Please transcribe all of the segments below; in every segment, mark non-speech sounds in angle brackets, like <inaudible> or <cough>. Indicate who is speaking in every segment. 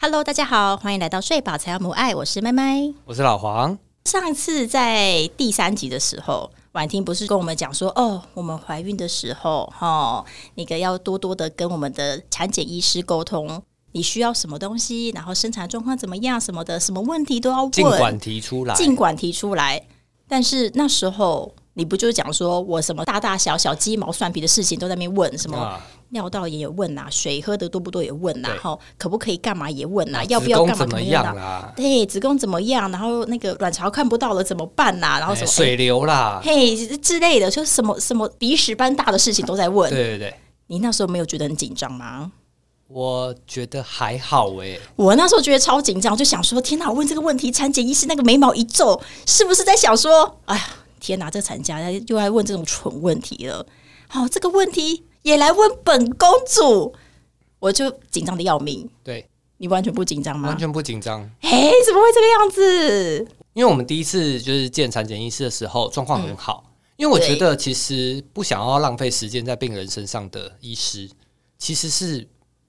Speaker 1: Hello，大家好，欢迎来到睡饱才要母爱，我是麦麦。
Speaker 2: 我是老黄，
Speaker 1: 上次在第三集的时候，婉婷不是跟我们讲说，哦，我们怀孕的时候，哈、哦，那个要多多的跟我们的产检医师沟通，你需要什么东西，然后生产状况怎么样，什么的，什么问题都要问，
Speaker 2: 尽管提出来，
Speaker 1: 尽管提出来。但是那时候你不就讲说我什么大大小小鸡毛蒜皮的事情都在那边问，什么
Speaker 2: 啊，
Speaker 1: 尿道炎也问呐、水喝的多不多也问呐、
Speaker 2: 对
Speaker 1: 哈，可不可以干嘛也问呐、啊
Speaker 2: 子
Speaker 1: 要不要
Speaker 2: 宫
Speaker 1: 干嘛
Speaker 2: 怎么
Speaker 1: 怎么
Speaker 2: 样
Speaker 1: 啊
Speaker 2: 啦？
Speaker 1: 对，子宫怎么样？然后那个卵巢看不到了怎么办呐、然后什
Speaker 2: 哎
Speaker 1: 么、
Speaker 2: 水流啦，
Speaker 1: 嘿之类的，就什么什么鼻屎般大的事情都在
Speaker 2: 对
Speaker 1: 问。
Speaker 2: 对对，
Speaker 1: 你那时候没有觉得很紧张吗？
Speaker 2: 我觉得还好哎，
Speaker 1: 我那时候觉得超紧张，我就想说：天哪！我问这个问题，产检医师那个眉毛一皱，是不是在想说：哎呀，天哪！这产假又来问这种蠢问题了。好、这个问题也来问本公主，我就紧张的要命。
Speaker 2: 对，
Speaker 1: 你完全不紧张吗
Speaker 2: 完？全不紧张，
Speaker 1: 嘿，怎么会这个样子？
Speaker 2: 因为我们第一次就是见产检医师的时候，状况很
Speaker 1: 嗯
Speaker 2: 好，因为我觉得其实不想要浪费时间在病人身上的医师，其实是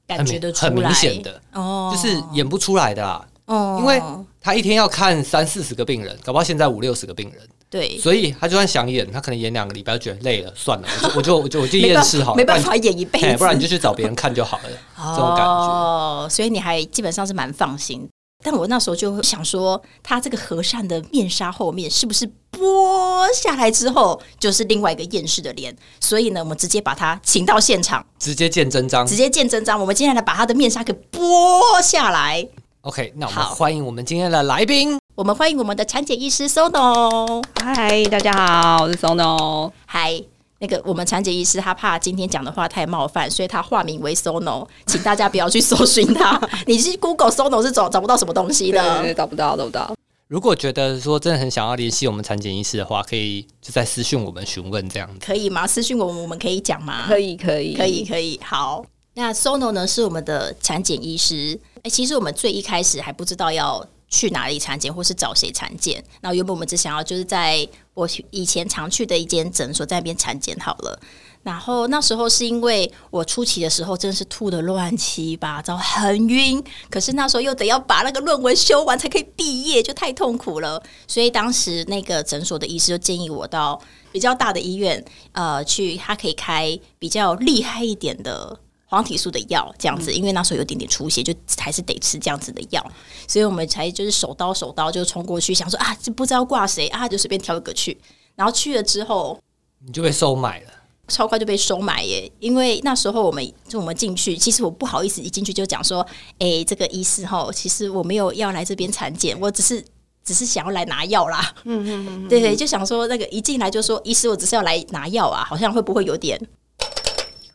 Speaker 1: 感觉得出来，
Speaker 2: 很明很明显的，
Speaker 1: 哦，
Speaker 2: 就是演不出来的啦，
Speaker 1: 哦，
Speaker 2: 因为他一天要看三四十个病人，搞不好现在五六十个病人，
Speaker 1: 对，
Speaker 2: 所以他就算想演，他可能演两个礼拜就觉得累了，算了，我就我就我就我就
Speaker 1: 没
Speaker 2: 厌
Speaker 1: 办
Speaker 2: 世好了，
Speaker 1: 没办
Speaker 2: 不然
Speaker 1: 法演一辈
Speaker 2: 哎，
Speaker 1: 子，
Speaker 2: 不然你就去找别人看就好
Speaker 1: <laughs>
Speaker 2: 了，这种感觉。
Speaker 1: 哦，所以你还基本上是蛮放心。但我那时候就想说，他这个和善的面纱后面是不是剥下来之后就是另外一个厌世的脸？所以呢，我们直接把他请到现场，
Speaker 2: 直接见真章
Speaker 1: 直。接见真章。我们接下来把他的面纱给剥下来。
Speaker 2: OK，那我们
Speaker 1: 好
Speaker 2: 欢迎我们今天的来宾。
Speaker 1: 我们欢迎我们的产检医师 Sono。
Speaker 3: 嗨，大家好，我是 Sono。
Speaker 1: 嗨，那个我们产检医师他怕今天讲的话太冒犯，所以他化名为 Sono，请大家不要去搜寻
Speaker 3: <laughs>
Speaker 1: 他。你去 Google Sono 是找找不到什么东西
Speaker 3: 对对
Speaker 1: 的。
Speaker 3: 对，找不到，找不到。
Speaker 2: 如果觉得说真的很想要联系我们产检医师的话，可以就在私讯我们询问这样子。
Speaker 1: 可以吗？私信我们，我们可以讲吗？
Speaker 3: 可以，可以，
Speaker 1: 可以，可以。好，那 Sono 呢是我们的产检医师。哎、其实我们最一开始还不知道要去哪里产检，或是找谁产检。那原本我们只想要就是在我以前常去的一间诊所在那边产检好了。然后那时候是因为我初期的时候真的是吐的乱七八糟，很晕。可是那时候又得要把那个论文修完才可以毕业，就太痛苦了。所以当时那个诊所的医师就建议我到比较大的医院，呃，去他可以开比较厉害一点的黄体素的药，这样子，因为那时候有点点出血，就还是得吃这样子的药，所以我们才就是手刀手刀就冲过去，想说啊，这不知道挂谁啊，就随便挑一个去。然后去了之后，
Speaker 2: 你就被收买了，
Speaker 1: 超快就被收买耶，因为那时候我们就我们进去，其实我不好意思一进去就讲说，哎、这个医师吼，其实我没有要来这边产检，我只是只是想要来拿药啦。嗯嗯嗯，对对，就想说那个一进来就说医师，我只是要来拿药啊，好像会不会有点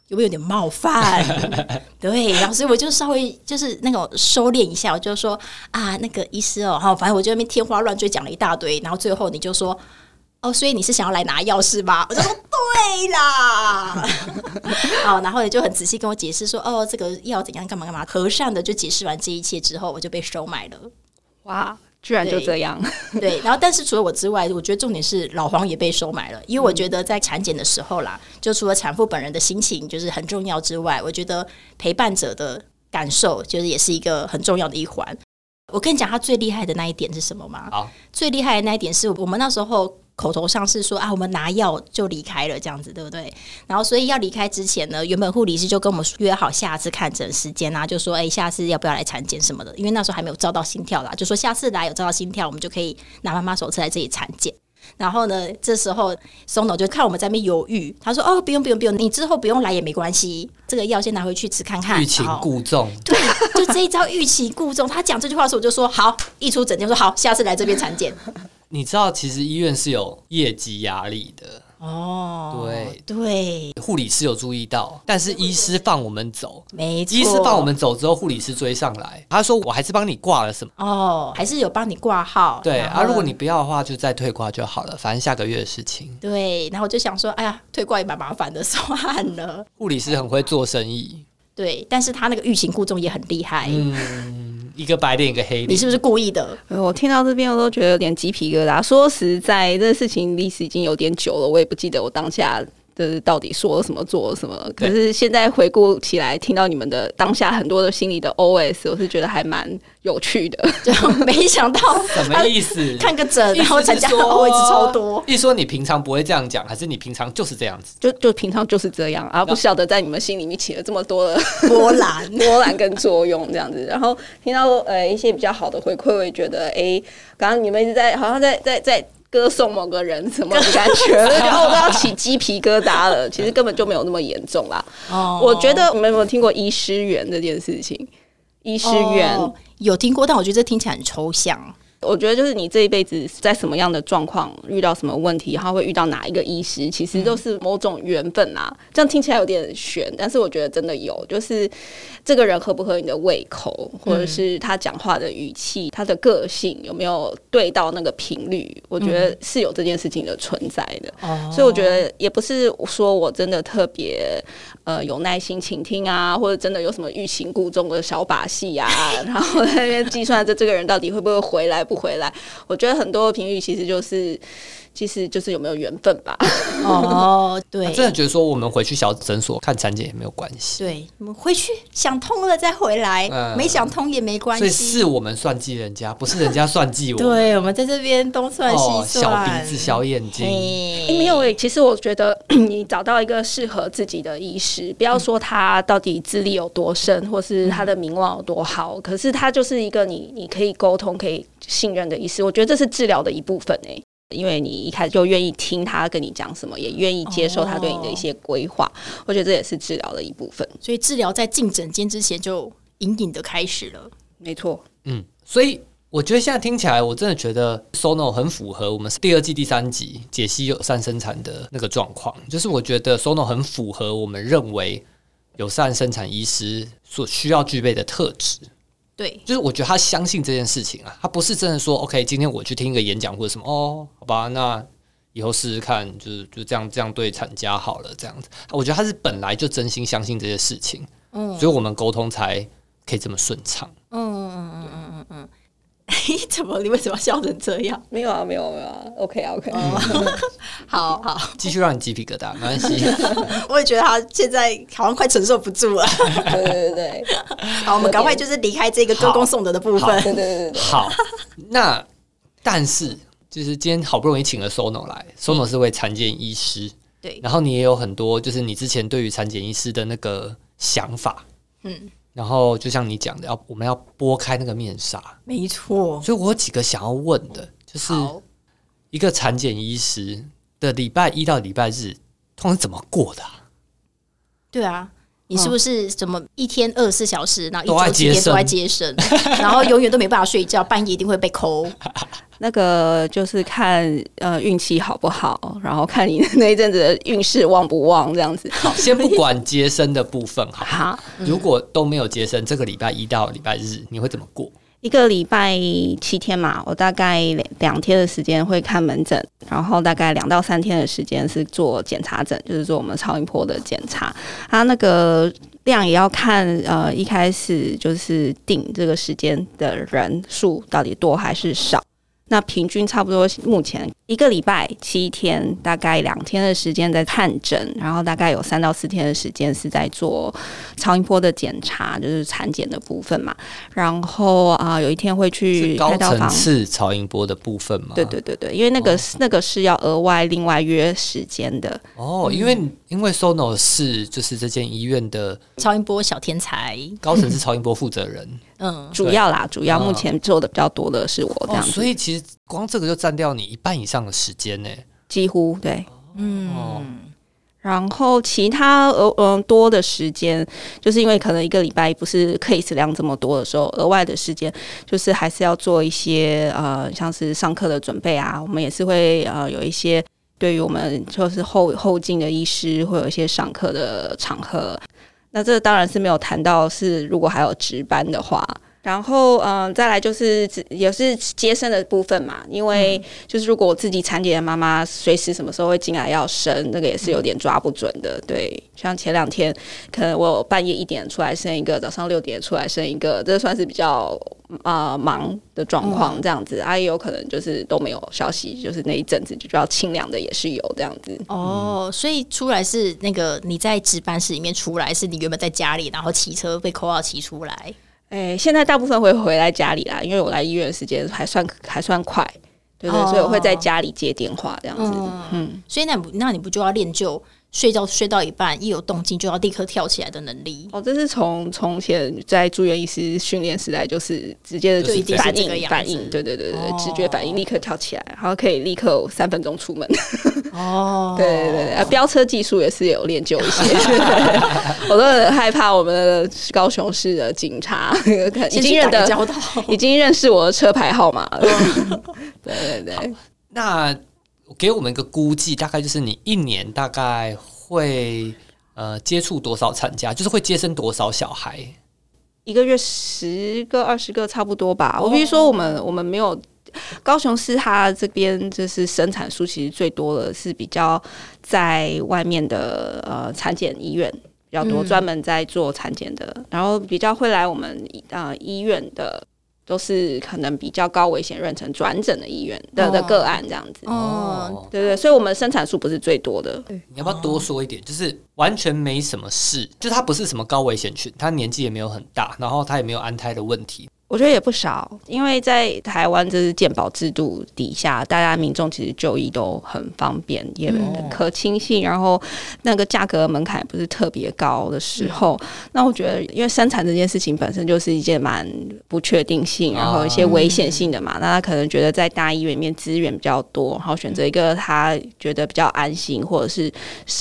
Speaker 1: 有没有点冒 <laughs> 犯？对，然后所以我就稍微就是那种收敛一下，我就说啊，那个医师哦，哈，反正我就在那边天花乱坠讲了一大堆，然后最后你就说。哦，所以你是想要来拿药是吧？我就说对 <laughs> 啦，哦，然后你就很仔细跟我解释说，哦，这个药怎样干嘛干嘛，和善的就解释完这一切之后，我就被收买了。
Speaker 3: 哇，居然就
Speaker 1: 对
Speaker 3: 这样。
Speaker 1: 对，然后但是除了我之外，我觉得重点是老黄也被收买了，因为我觉得在产检的时候啦，就除了产妇本人的心情就是很重要之外，我觉得陪伴者的感受就是也是一个很重要的一环。我跟你讲，他最厉害的那一点是什么吗？
Speaker 2: 好，
Speaker 1: 最厉害的那一点是我们那时候口头上是说啊，我们拿药就离开了这样子，对不对？然后所以要离开之前呢，原本护理师就跟我们约好下次看诊时间啊，就说哎、下次要不要来产检什么的？因为那时候还没有照到心跳啦，就说下次来有照到心跳，我们就可以拿妈妈手册来这里产检。然后呢，这时候松董就看我们在那边犹豫，他说：“哦，不用不用不用，你之后不用来也没关系，这个药先拿回去吃看看。”
Speaker 2: 欲擒故纵，
Speaker 1: 对，就这一招欲擒故纵。他讲这句话的时候，我就说好，一出诊间说好，下次来这边产检。
Speaker 2: 你知道其实医院是有业绩压力的，
Speaker 1: 哦，
Speaker 2: 对
Speaker 1: 对，
Speaker 2: 护理师有注意到，但是医师放我们走，
Speaker 1: 没错。
Speaker 2: 医师放我们走之后，护理师追上来，他说我还是帮你挂了什么。
Speaker 1: 哦，还是有帮你挂号。
Speaker 2: 对
Speaker 1: 然
Speaker 2: 啊，
Speaker 1: 后
Speaker 2: 如果你不要的话，就再退挂就好了，反正下个月的事情。
Speaker 1: 对，然后我就想说，哎呀，退挂也蛮麻烦的，算了。
Speaker 2: 护理师很会做生意，
Speaker 1: 对，但是他那个欲擒故纵也很厉害。
Speaker 2: 嗯，一个白脸一个黑
Speaker 1: 你
Speaker 2: 脸，
Speaker 1: 是不是故意的？
Speaker 3: <laughs> 我听到这边我都觉得有点鸡皮疙瘩。说实在，这事情历史已经有点久了，我也不记得我当下就是到底说了什么，做了什么。可
Speaker 2: 对
Speaker 3: 是现在回顾起来，听到你们的当下很多的心里的 OS，我是觉得还蛮有趣的。 <laughs>
Speaker 1: 就没想
Speaker 2: <laughs>
Speaker 1: 到
Speaker 2: 什么意思？
Speaker 1: 看个诊，
Speaker 2: 意
Speaker 1: 然后哦
Speaker 2: 思
Speaker 1: 参
Speaker 2: 是
Speaker 1: 加的
Speaker 2: 说
Speaker 1: OS 超多。
Speaker 2: 一说你平常不会这样讲，还是你平常就是这样子？
Speaker 3: 就就平常就是这样啊，不晓得在你们心里面起了这么多的
Speaker 1: 波
Speaker 2: <laughs>
Speaker 3: <laughs>
Speaker 1: 兰
Speaker 3: 波澜跟作用这样子。然后哎听到呃一些比较好的回馈，我也觉得诶，刚刚你们一直在好像在在在歌颂某个人什么的感觉，然后我都要起鸡皮疙瘩了。其实根本就没有那么严重啦。
Speaker 1: 哦
Speaker 3: 我觉得你们有没有听过医师缘这件事情？医师缘。
Speaker 1: 哦有听过，但我觉得这听起来很抽
Speaker 2: <laughs>
Speaker 1: 象。
Speaker 3: 我觉得就是你这一辈子在什么样的状况遇到什么问题，然后会遇到哪一个医师，其实都是某种缘分啊。这样听起来有点悬，但是我觉得真的有，就是这个人合不合你的胃口，或者是他讲话的语气、他的个性有没有对到那个频率，我觉得是有这件事情的存在的。所以我觉得也不是说我真的特别呃有耐心倾听啊，或者真的有什么欲擒故纵的小把戏啊， <laughs> 然后在那边计算着这个人到底会不会回来不回来。我觉得很多的频率其实就是，其实就是有没有缘分吧。
Speaker 1: 哦，对
Speaker 2: 真的觉得说我们回去小诊所看产检也没有关系，
Speaker 1: 对，我们回去想通了再回来，
Speaker 2: 嗯
Speaker 1: 没想通也没关
Speaker 2: 所以
Speaker 1: 系。
Speaker 2: 是我们算计人家，不是人家算计我们。
Speaker 1: 对，我们在这边东算
Speaker 2: 哦，
Speaker 1: 西
Speaker 2: 小
Speaker 1: 算，
Speaker 2: 鼻子、小眼睛，
Speaker 1: 嘿
Speaker 3: 欸没有诶、其实我觉得 <clears throat> 你找到一个适合自己的医师，不要说他到底资历有多深，或是他的名望有多好，可是他就是一个你你可以沟通、可以信任的医师。我觉得这是治疗的一部分诶、因为你一开始就愿意听他跟你讲什么，也愿意接受他对你的一些规划，我觉得这也是治疗的一部分。
Speaker 1: 所以治疗在进诊间之前就隐隐的开始了。
Speaker 3: 没错，
Speaker 2: 嗯，所以我觉得现在听起来，我真的觉得 Sono 很符合我们第二季第三集解析友善生产的那个状况，就是我觉得 Sono 很符合我们认为友善生产医师所需要具备的特质。
Speaker 1: 对，
Speaker 2: 就是我觉得他相信这件事情啊，他不是真的说 OK，今天我去听一个演讲或者什么哦，好吧，那以后试试看，就是就这样这样对产家好了，这样子。我觉得他是本来就真心相信这些事情，
Speaker 1: 嗯
Speaker 2: 所以我们沟通才可以这么顺畅。
Speaker 1: 嗯嗯嗯嗯嗯嗯。你 <laughs> 怎么？你为什么要笑成这样？
Speaker 3: 没有啊，没有没有啊，OK 啊 OK，、
Speaker 1: 好好，
Speaker 2: 继续让你鸡皮疙瘩，没
Speaker 1: <laughs>
Speaker 2: 关系。
Speaker 1: 我也觉得他现在好像快承受不 <laughs> 住了。
Speaker 3: <laughs> 对对对对
Speaker 1: 好，我们赶快就是离开这个歌功颂德的部分。
Speaker 3: 对对对对，
Speaker 2: 好，那但是就是今天好不容易请了 Sono 来，Sono 是位产检医师，
Speaker 1: 嗯对，
Speaker 2: 然后你也有很多就是你之前对于产检医师的那个想法，
Speaker 1: 嗯，
Speaker 2: 然后就像你讲的，要我们要拨开那个面纱，
Speaker 1: 没错。
Speaker 2: 所以我有几个想要问的，就是
Speaker 1: 好，
Speaker 2: 一个产检医师的礼拜一到礼拜日通常是怎么过的
Speaker 1: <laughs>
Speaker 2: 啊、
Speaker 1: 对啊。你是不是怎么一天二十四小时，然后一
Speaker 2: 都在
Speaker 1: 周七天
Speaker 2: 接生
Speaker 1: 都在接生，然后永远都没办法睡觉，半夜一定会被抠？
Speaker 3: 那个就是看呃运气好不好，然后看你那一阵子的运势旺不旺这样子。
Speaker 2: 好，先不管接生的部分好，
Speaker 3: 好，
Speaker 2: 如果都没有接生，这个礼拜一到礼拜日你会怎么过？
Speaker 3: 一个礼拜七天嘛，我大概两两天的时间会看门诊，然后大概两到三天的时间是做检查诊，就是做我们超音波的检查。它那个量也要看呃一开始就是定这个时间的人数到底多还是少。那平均差不多，目前一个礼拜七天，大概两天的时间在看诊，然后大概有三到四天的时间是在做超音波的检查，就是产检的部分嘛。然后啊、有一天会去
Speaker 2: 是高
Speaker 3: 开刀
Speaker 2: 层
Speaker 3: 房。
Speaker 2: 次哦超音波的部分吗？
Speaker 3: 对对对对，因为那个、那个是要额外另外约时间的，
Speaker 2: 哦，因为、因为 Sono 是就是这间医院的
Speaker 1: 超音波小天才，
Speaker 2: 高层次超音波负责人，
Speaker 1: 嗯，
Speaker 3: 主要啦，主要
Speaker 2: 哦
Speaker 3: 目前做的比较多的是我
Speaker 2: 哦，
Speaker 3: 这样子，
Speaker 2: 所以其实光这个就占掉你一半以上的时间呢。
Speaker 3: 几乎对。嗯
Speaker 2: 哦，
Speaker 3: 然后其他额嗯多的时间，就是因为可能一个礼拜不是 case 量这么多的时候，额外的时间就是还是要做一些呃像是上课的准备啊，我们也是会呃有一些对于我们就是后后进的医师会有一些上课的场合。那这当然是没有谈到是如果还有值班的话，然后，嗯、再来就是只也是接生的部分嘛，因为就是如果我自己产检的妈妈随时什么时候会进来要生，那个也是有点抓不准的。对，像前两天可能我半夜一点出来生一个，早上六点出来生一个，这算是比较啊、呃忙的状况这样子。啊，也有可能就是都没有消息，就是那一阵子就比较清凉的也是有这样子。
Speaker 1: 哦，所以出来是那个你在值班室里面出来，是你原本在家里，然后骑车被扣号骑出来。
Speaker 3: 哎、现在大部分会回来家里啦，因为我来医院的时间还算还算快，对对，
Speaker 1: 哦
Speaker 3: 所以我会在家里接电话这样子。
Speaker 1: 嗯，所以那不那你不就要练就睡觉睡到一半，一有动静就要立刻跳起来的能力？
Speaker 3: 哦，这是从从前在住院医师训练时代，就是直接
Speaker 2: 就
Speaker 3: 的
Speaker 2: 一定是
Speaker 3: 反
Speaker 1: 这个样
Speaker 3: 应
Speaker 1: 子
Speaker 3: 反应，对对对对，对
Speaker 1: 哦
Speaker 3: 直觉反应立刻跳起来，然后可以立刻三分钟出门。 <laughs>
Speaker 1: 哦，
Speaker 3: 对对对对，啊，飙车技术也是有练就
Speaker 1: <laughs>
Speaker 3: 一些。我都很害怕我们的高雄市的警察已
Speaker 1: 先
Speaker 3: 经
Speaker 1: 去
Speaker 3: 认
Speaker 1: 打个
Speaker 3: 得
Speaker 1: 交道。
Speaker 3: <laughs> 已经认识我的车牌号码了。
Speaker 1: 哦
Speaker 3: <laughs> 对对对。
Speaker 2: 那给我们一个估计，大概就是你一年大概会呃接触多少产假，就是会接生多少小孩？
Speaker 3: 一个月十个二十个差不多吧。我比如说，我们我们没有高雄市，它这边就是生产数其实最多的是比较在外面的呃产检医院比较多，
Speaker 1: 嗯
Speaker 3: 专门在做产检的，然后比较会来我们呃医院的。都是可能比较高危险妊娠转诊的医院的、的
Speaker 1: 哦
Speaker 3: 个案这样子，
Speaker 1: 哦，
Speaker 3: 对对，所以我们生产数不是最多的，
Speaker 2: 你要不要多说一点？就是完全没什么事，就是他不是什么高危险群，他年纪也没有很大，然后他也没有安胎的问题。
Speaker 3: 我觉得也不少，因为在台湾这是健保制度底下，大家民众其实就医都很方便，也
Speaker 1: 嗯
Speaker 3: 可轻性，然后那个价格门槛不是特别高的时候，那我觉得因为生产这件事情本身就是一件蛮不确定性，然后一些危险性的嘛，那他可能觉得在大医院里面资源比较多，然后选择一个他觉得比较安心，或者是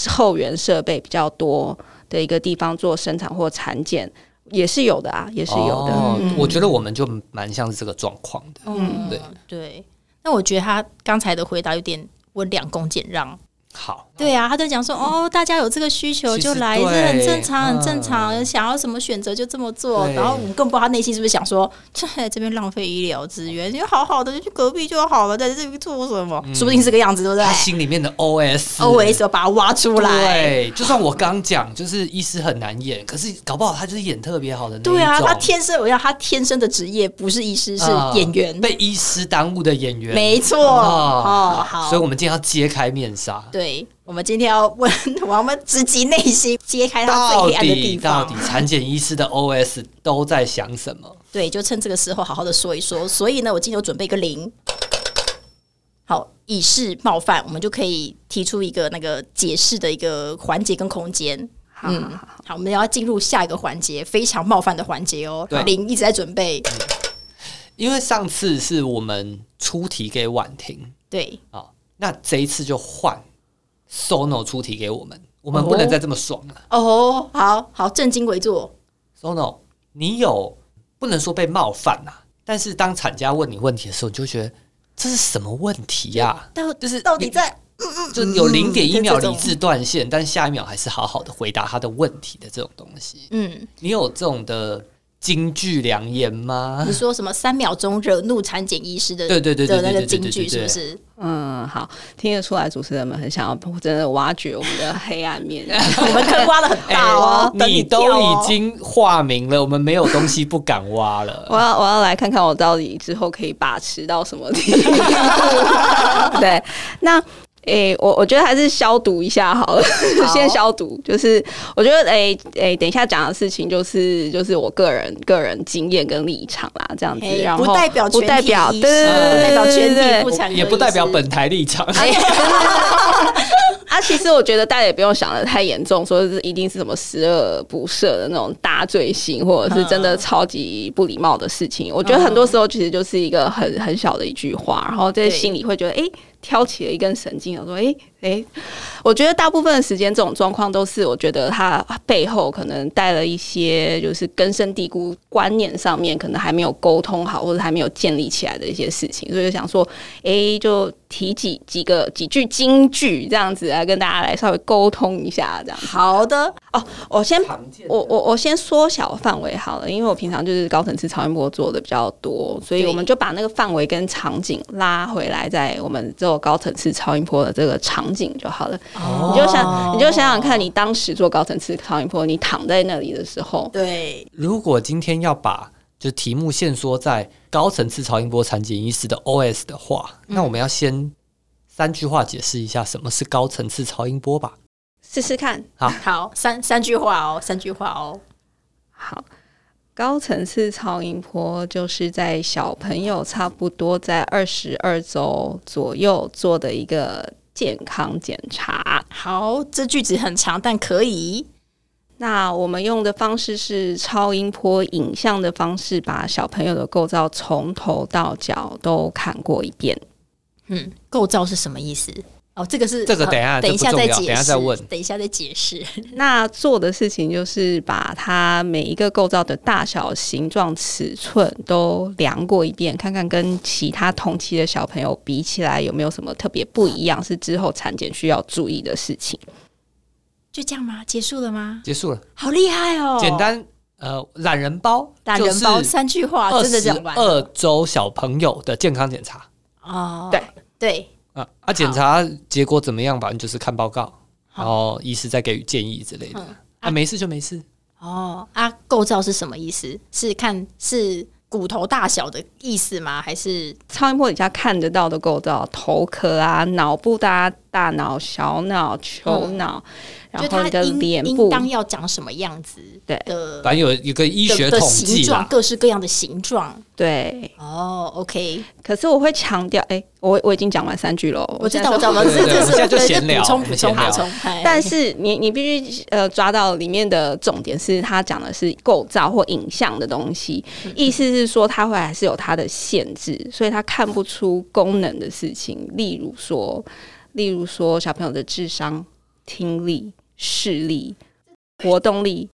Speaker 3: 后援设备比较多的一个地方做生产或产检。也是有的啊，也是有的。
Speaker 2: 哦
Speaker 3: 嗯
Speaker 2: 我觉得我们就蛮像是这个状况的。
Speaker 1: 嗯
Speaker 2: 对
Speaker 1: 对。那我觉得他刚才的回答有点温良恭俭让。
Speaker 2: 好，
Speaker 1: 对啊，他就讲说哦，大家有这个需求
Speaker 2: 嗯其实
Speaker 1: 就来，
Speaker 2: 对
Speaker 1: 这很正常，
Speaker 2: 嗯
Speaker 1: 很正常。想要什么选择就这么做。
Speaker 2: 对
Speaker 1: 然后我们更不知道他内心是不是想说，这这边浪费医疗资源，就好好的就去隔壁就好了，在这边做什么？说不定是这个样子，对不对
Speaker 2: 嗯他心里面的 OS
Speaker 1: <laughs> ？always 要把它挖出来。
Speaker 2: 对，就算我刚讲，就是医师很难演，可是搞不好他就是演特别好的那一种。
Speaker 1: 对啊，他天生我要他天生的职业不是医师，是
Speaker 2: 啊
Speaker 1: 演员。
Speaker 2: 被医师耽误的演员，
Speaker 1: 没错
Speaker 2: 啊
Speaker 1: 哦，好。
Speaker 2: 所以我们今天要揭开面纱，
Speaker 1: 对，我们今天要问， <laughs> 我们直击内心，揭开他最
Speaker 2: 到
Speaker 1: 黑暗的地
Speaker 2: 底到
Speaker 1: 方。
Speaker 2: 底产检医师的 OS 都在想什么？
Speaker 1: 对，就趁这个时候好好的说一说。所以呢，我今天有准备一个零，好，以示冒犯，我们就可以提出一个那个解释的一个环节跟空间。啊
Speaker 3: 好
Speaker 2: 嗯
Speaker 3: 好好
Speaker 1: 好，我们要进入下一个环节，非常冒犯的环节哦
Speaker 2: 对。嗯
Speaker 1: 零一直在准备，
Speaker 2: 因为上次是我们出题给婉婷
Speaker 1: 对，
Speaker 2: 啊、那这一次就换 Sono 出题给我们，我们不能再这么爽了、
Speaker 1: 哦，好好正襟危坐，
Speaker 2: Sono，你有不能说被冒犯啊，但是当厂家问你问题的时候，你就觉得这是什么问题呀、
Speaker 1: 到
Speaker 2: 就是
Speaker 1: 到底在嗯
Speaker 2: 就有零点一秒
Speaker 1: 就这
Speaker 2: 理
Speaker 1: 种
Speaker 2: 智断线，但下一秒还是好好的回答他的问题的这种东西，
Speaker 1: 嗯，
Speaker 2: 你有这种的金句良言吗
Speaker 1: 你？说什么三秒钟惹怒产检医师的
Speaker 2: 对对对对
Speaker 1: 的那
Speaker 2: 对
Speaker 1: 个
Speaker 2: 对
Speaker 1: 金
Speaker 2: 对对
Speaker 1: 句是
Speaker 2: 对
Speaker 1: 不
Speaker 2: 对
Speaker 1: 是？
Speaker 3: 嗯，好，听得出来主持人们很想要真的挖掘我们的黑暗
Speaker 1: <laughs>
Speaker 3: 面。
Speaker 1: 我们坑挖的很大哦，等
Speaker 2: 哎你
Speaker 1: 跳
Speaker 2: 都
Speaker 1: 哦
Speaker 2: 已经化名了，我们没有东西不敢挖
Speaker 3: 我
Speaker 2: 了。
Speaker 3: 要我要来看看我到底之后可以把持到什么地步。 <laughs> 对，那诶、我我觉得还是消毒一下好了，
Speaker 1: 好
Speaker 3: <laughs> 先消毒。就是我觉得诶诶、等一下讲的事情就是就是我个人个人经验跟立场啦，这样子，
Speaker 1: 嘿
Speaker 3: 然后
Speaker 1: 不代表全
Speaker 3: 不
Speaker 1: 体
Speaker 3: 代表
Speaker 1: 医
Speaker 3: 对
Speaker 1: 师不代表全体
Speaker 3: 对对对
Speaker 1: 妇产科
Speaker 2: 也不代表本台立场，
Speaker 1: 哎
Speaker 3: 啊，其实我觉得大家也不用想的太严重， <laughs> 说是一定是什么十恶不赦的那种大罪行，或者是真的超级不礼貌的事情。我觉得很多时候其实就是一个很很小的一句话，然后在
Speaker 1: 对
Speaker 3: 心里会觉得，哎、挑起了一根神经，我说：“诶诶，我觉得大部分的时间这种状况都是，我觉得他背后可能带了一些就是根深蒂固观念上面，可能还没有沟通好，或者还没有建立起来的一些事情，所以就想说，诶，就提几几个几句金句这样子来跟大家来稍微沟通一下，这样。
Speaker 1: 好的，
Speaker 3: 哦，我先
Speaker 2: 常见的
Speaker 3: 我我我先缩小范围好了，因为我平常就是高层次超音波做的比较多，所以
Speaker 1: 对
Speaker 3: 我们就把那个范围跟场景拉回来，在我们做高层次超音波的这个场景就好了。
Speaker 2: 哦
Speaker 3: 你就想，你就想想看，你当时做高层次超音波，你躺在那里的时候，
Speaker 1: 对，
Speaker 2: 如果今天要把就题目限缩在高层次超音波产检医师的 OS 的话，
Speaker 1: 嗯
Speaker 2: 那我们要先三句话解释一下什么是高层次超音波吧。
Speaker 3: 试试看。
Speaker 1: 好，三三句话哦，三句话哦，
Speaker 3: 好，高层次超音波就是在小朋友差不多在二十二周左右做的一个健康检查。
Speaker 1: 好，这句子很长，但可以，
Speaker 3: 那我们用的方式是超音波影像的方式，把小朋友的构造从头到脚都看过一遍。
Speaker 1: 嗯，构造是什么意思？哦，这个是
Speaker 2: 这个等一下
Speaker 1: 呃等一下
Speaker 2: 这不重
Speaker 1: 再解释，
Speaker 2: 要等一下再问
Speaker 1: 等一下再解释。
Speaker 3: 那做的事情就是把它每一个构造的大小、形状、尺寸都量过一遍，看看跟其他同期的小朋友比起来有没有什么特别不一样，是之后产检需要注意的事情。
Speaker 1: 就这样吗？结束了吗？
Speaker 2: 结束了，
Speaker 1: 好厉害哦！
Speaker 2: 简，单呃，懒人包，
Speaker 1: 懒人包三句话，
Speaker 2: 二
Speaker 1: 真的
Speaker 2: 十
Speaker 1: 讲完了
Speaker 2: 二周小朋友的健康检查
Speaker 1: 哦，
Speaker 3: 对
Speaker 1: 对，
Speaker 2: 啊啊，检查结果怎么样？反正就是看报告，然后医师再给予建议之类的。
Speaker 1: 嗯
Speaker 2: 啊，没事就没事。
Speaker 1: 哦啊，构造是什么意思？是看是骨头大小的意思吗？还是
Speaker 3: 超音波底下看得到的构造，头壳啊、脑部的啊、大脑、小脑、球脑，
Speaker 1: 嗯就
Speaker 3: 然后
Speaker 1: 它
Speaker 3: 你的
Speaker 1: 应
Speaker 3: 脸
Speaker 1: 应
Speaker 3: 部，
Speaker 1: 当要长什么样子
Speaker 3: 对
Speaker 1: 的
Speaker 2: 反正有一个医
Speaker 1: 的
Speaker 2: 学
Speaker 1: 的
Speaker 2: 统
Speaker 1: 形
Speaker 2: 计
Speaker 1: 状，
Speaker 2: 啦，
Speaker 1: 各式各样的形状。
Speaker 3: 对。
Speaker 1: 哦，OK，
Speaker 3: 可是我会强调，哎、我我已经讲完三句了，
Speaker 1: 我知
Speaker 3: 现
Speaker 1: 道，
Speaker 3: 在
Speaker 1: 我
Speaker 3: 是
Speaker 1: 知道，我
Speaker 2: 对
Speaker 1: 知道，
Speaker 2: 对对
Speaker 1: 这
Speaker 2: 我们
Speaker 1: 是
Speaker 2: 现在就
Speaker 1: 对
Speaker 2: 闲聊
Speaker 1: 补充
Speaker 2: 我
Speaker 1: 补
Speaker 2: 们
Speaker 1: 充
Speaker 2: 闲
Speaker 1: 补
Speaker 2: 聊
Speaker 1: 充。哎
Speaker 3: 但是你你必须呃抓到里面的重点是，它讲的是构造或影像的东西，意思是说它会还是有它的限制，所以它看不出功能的事情，例如说，例如说小朋友的智商、听力、视力、活动力。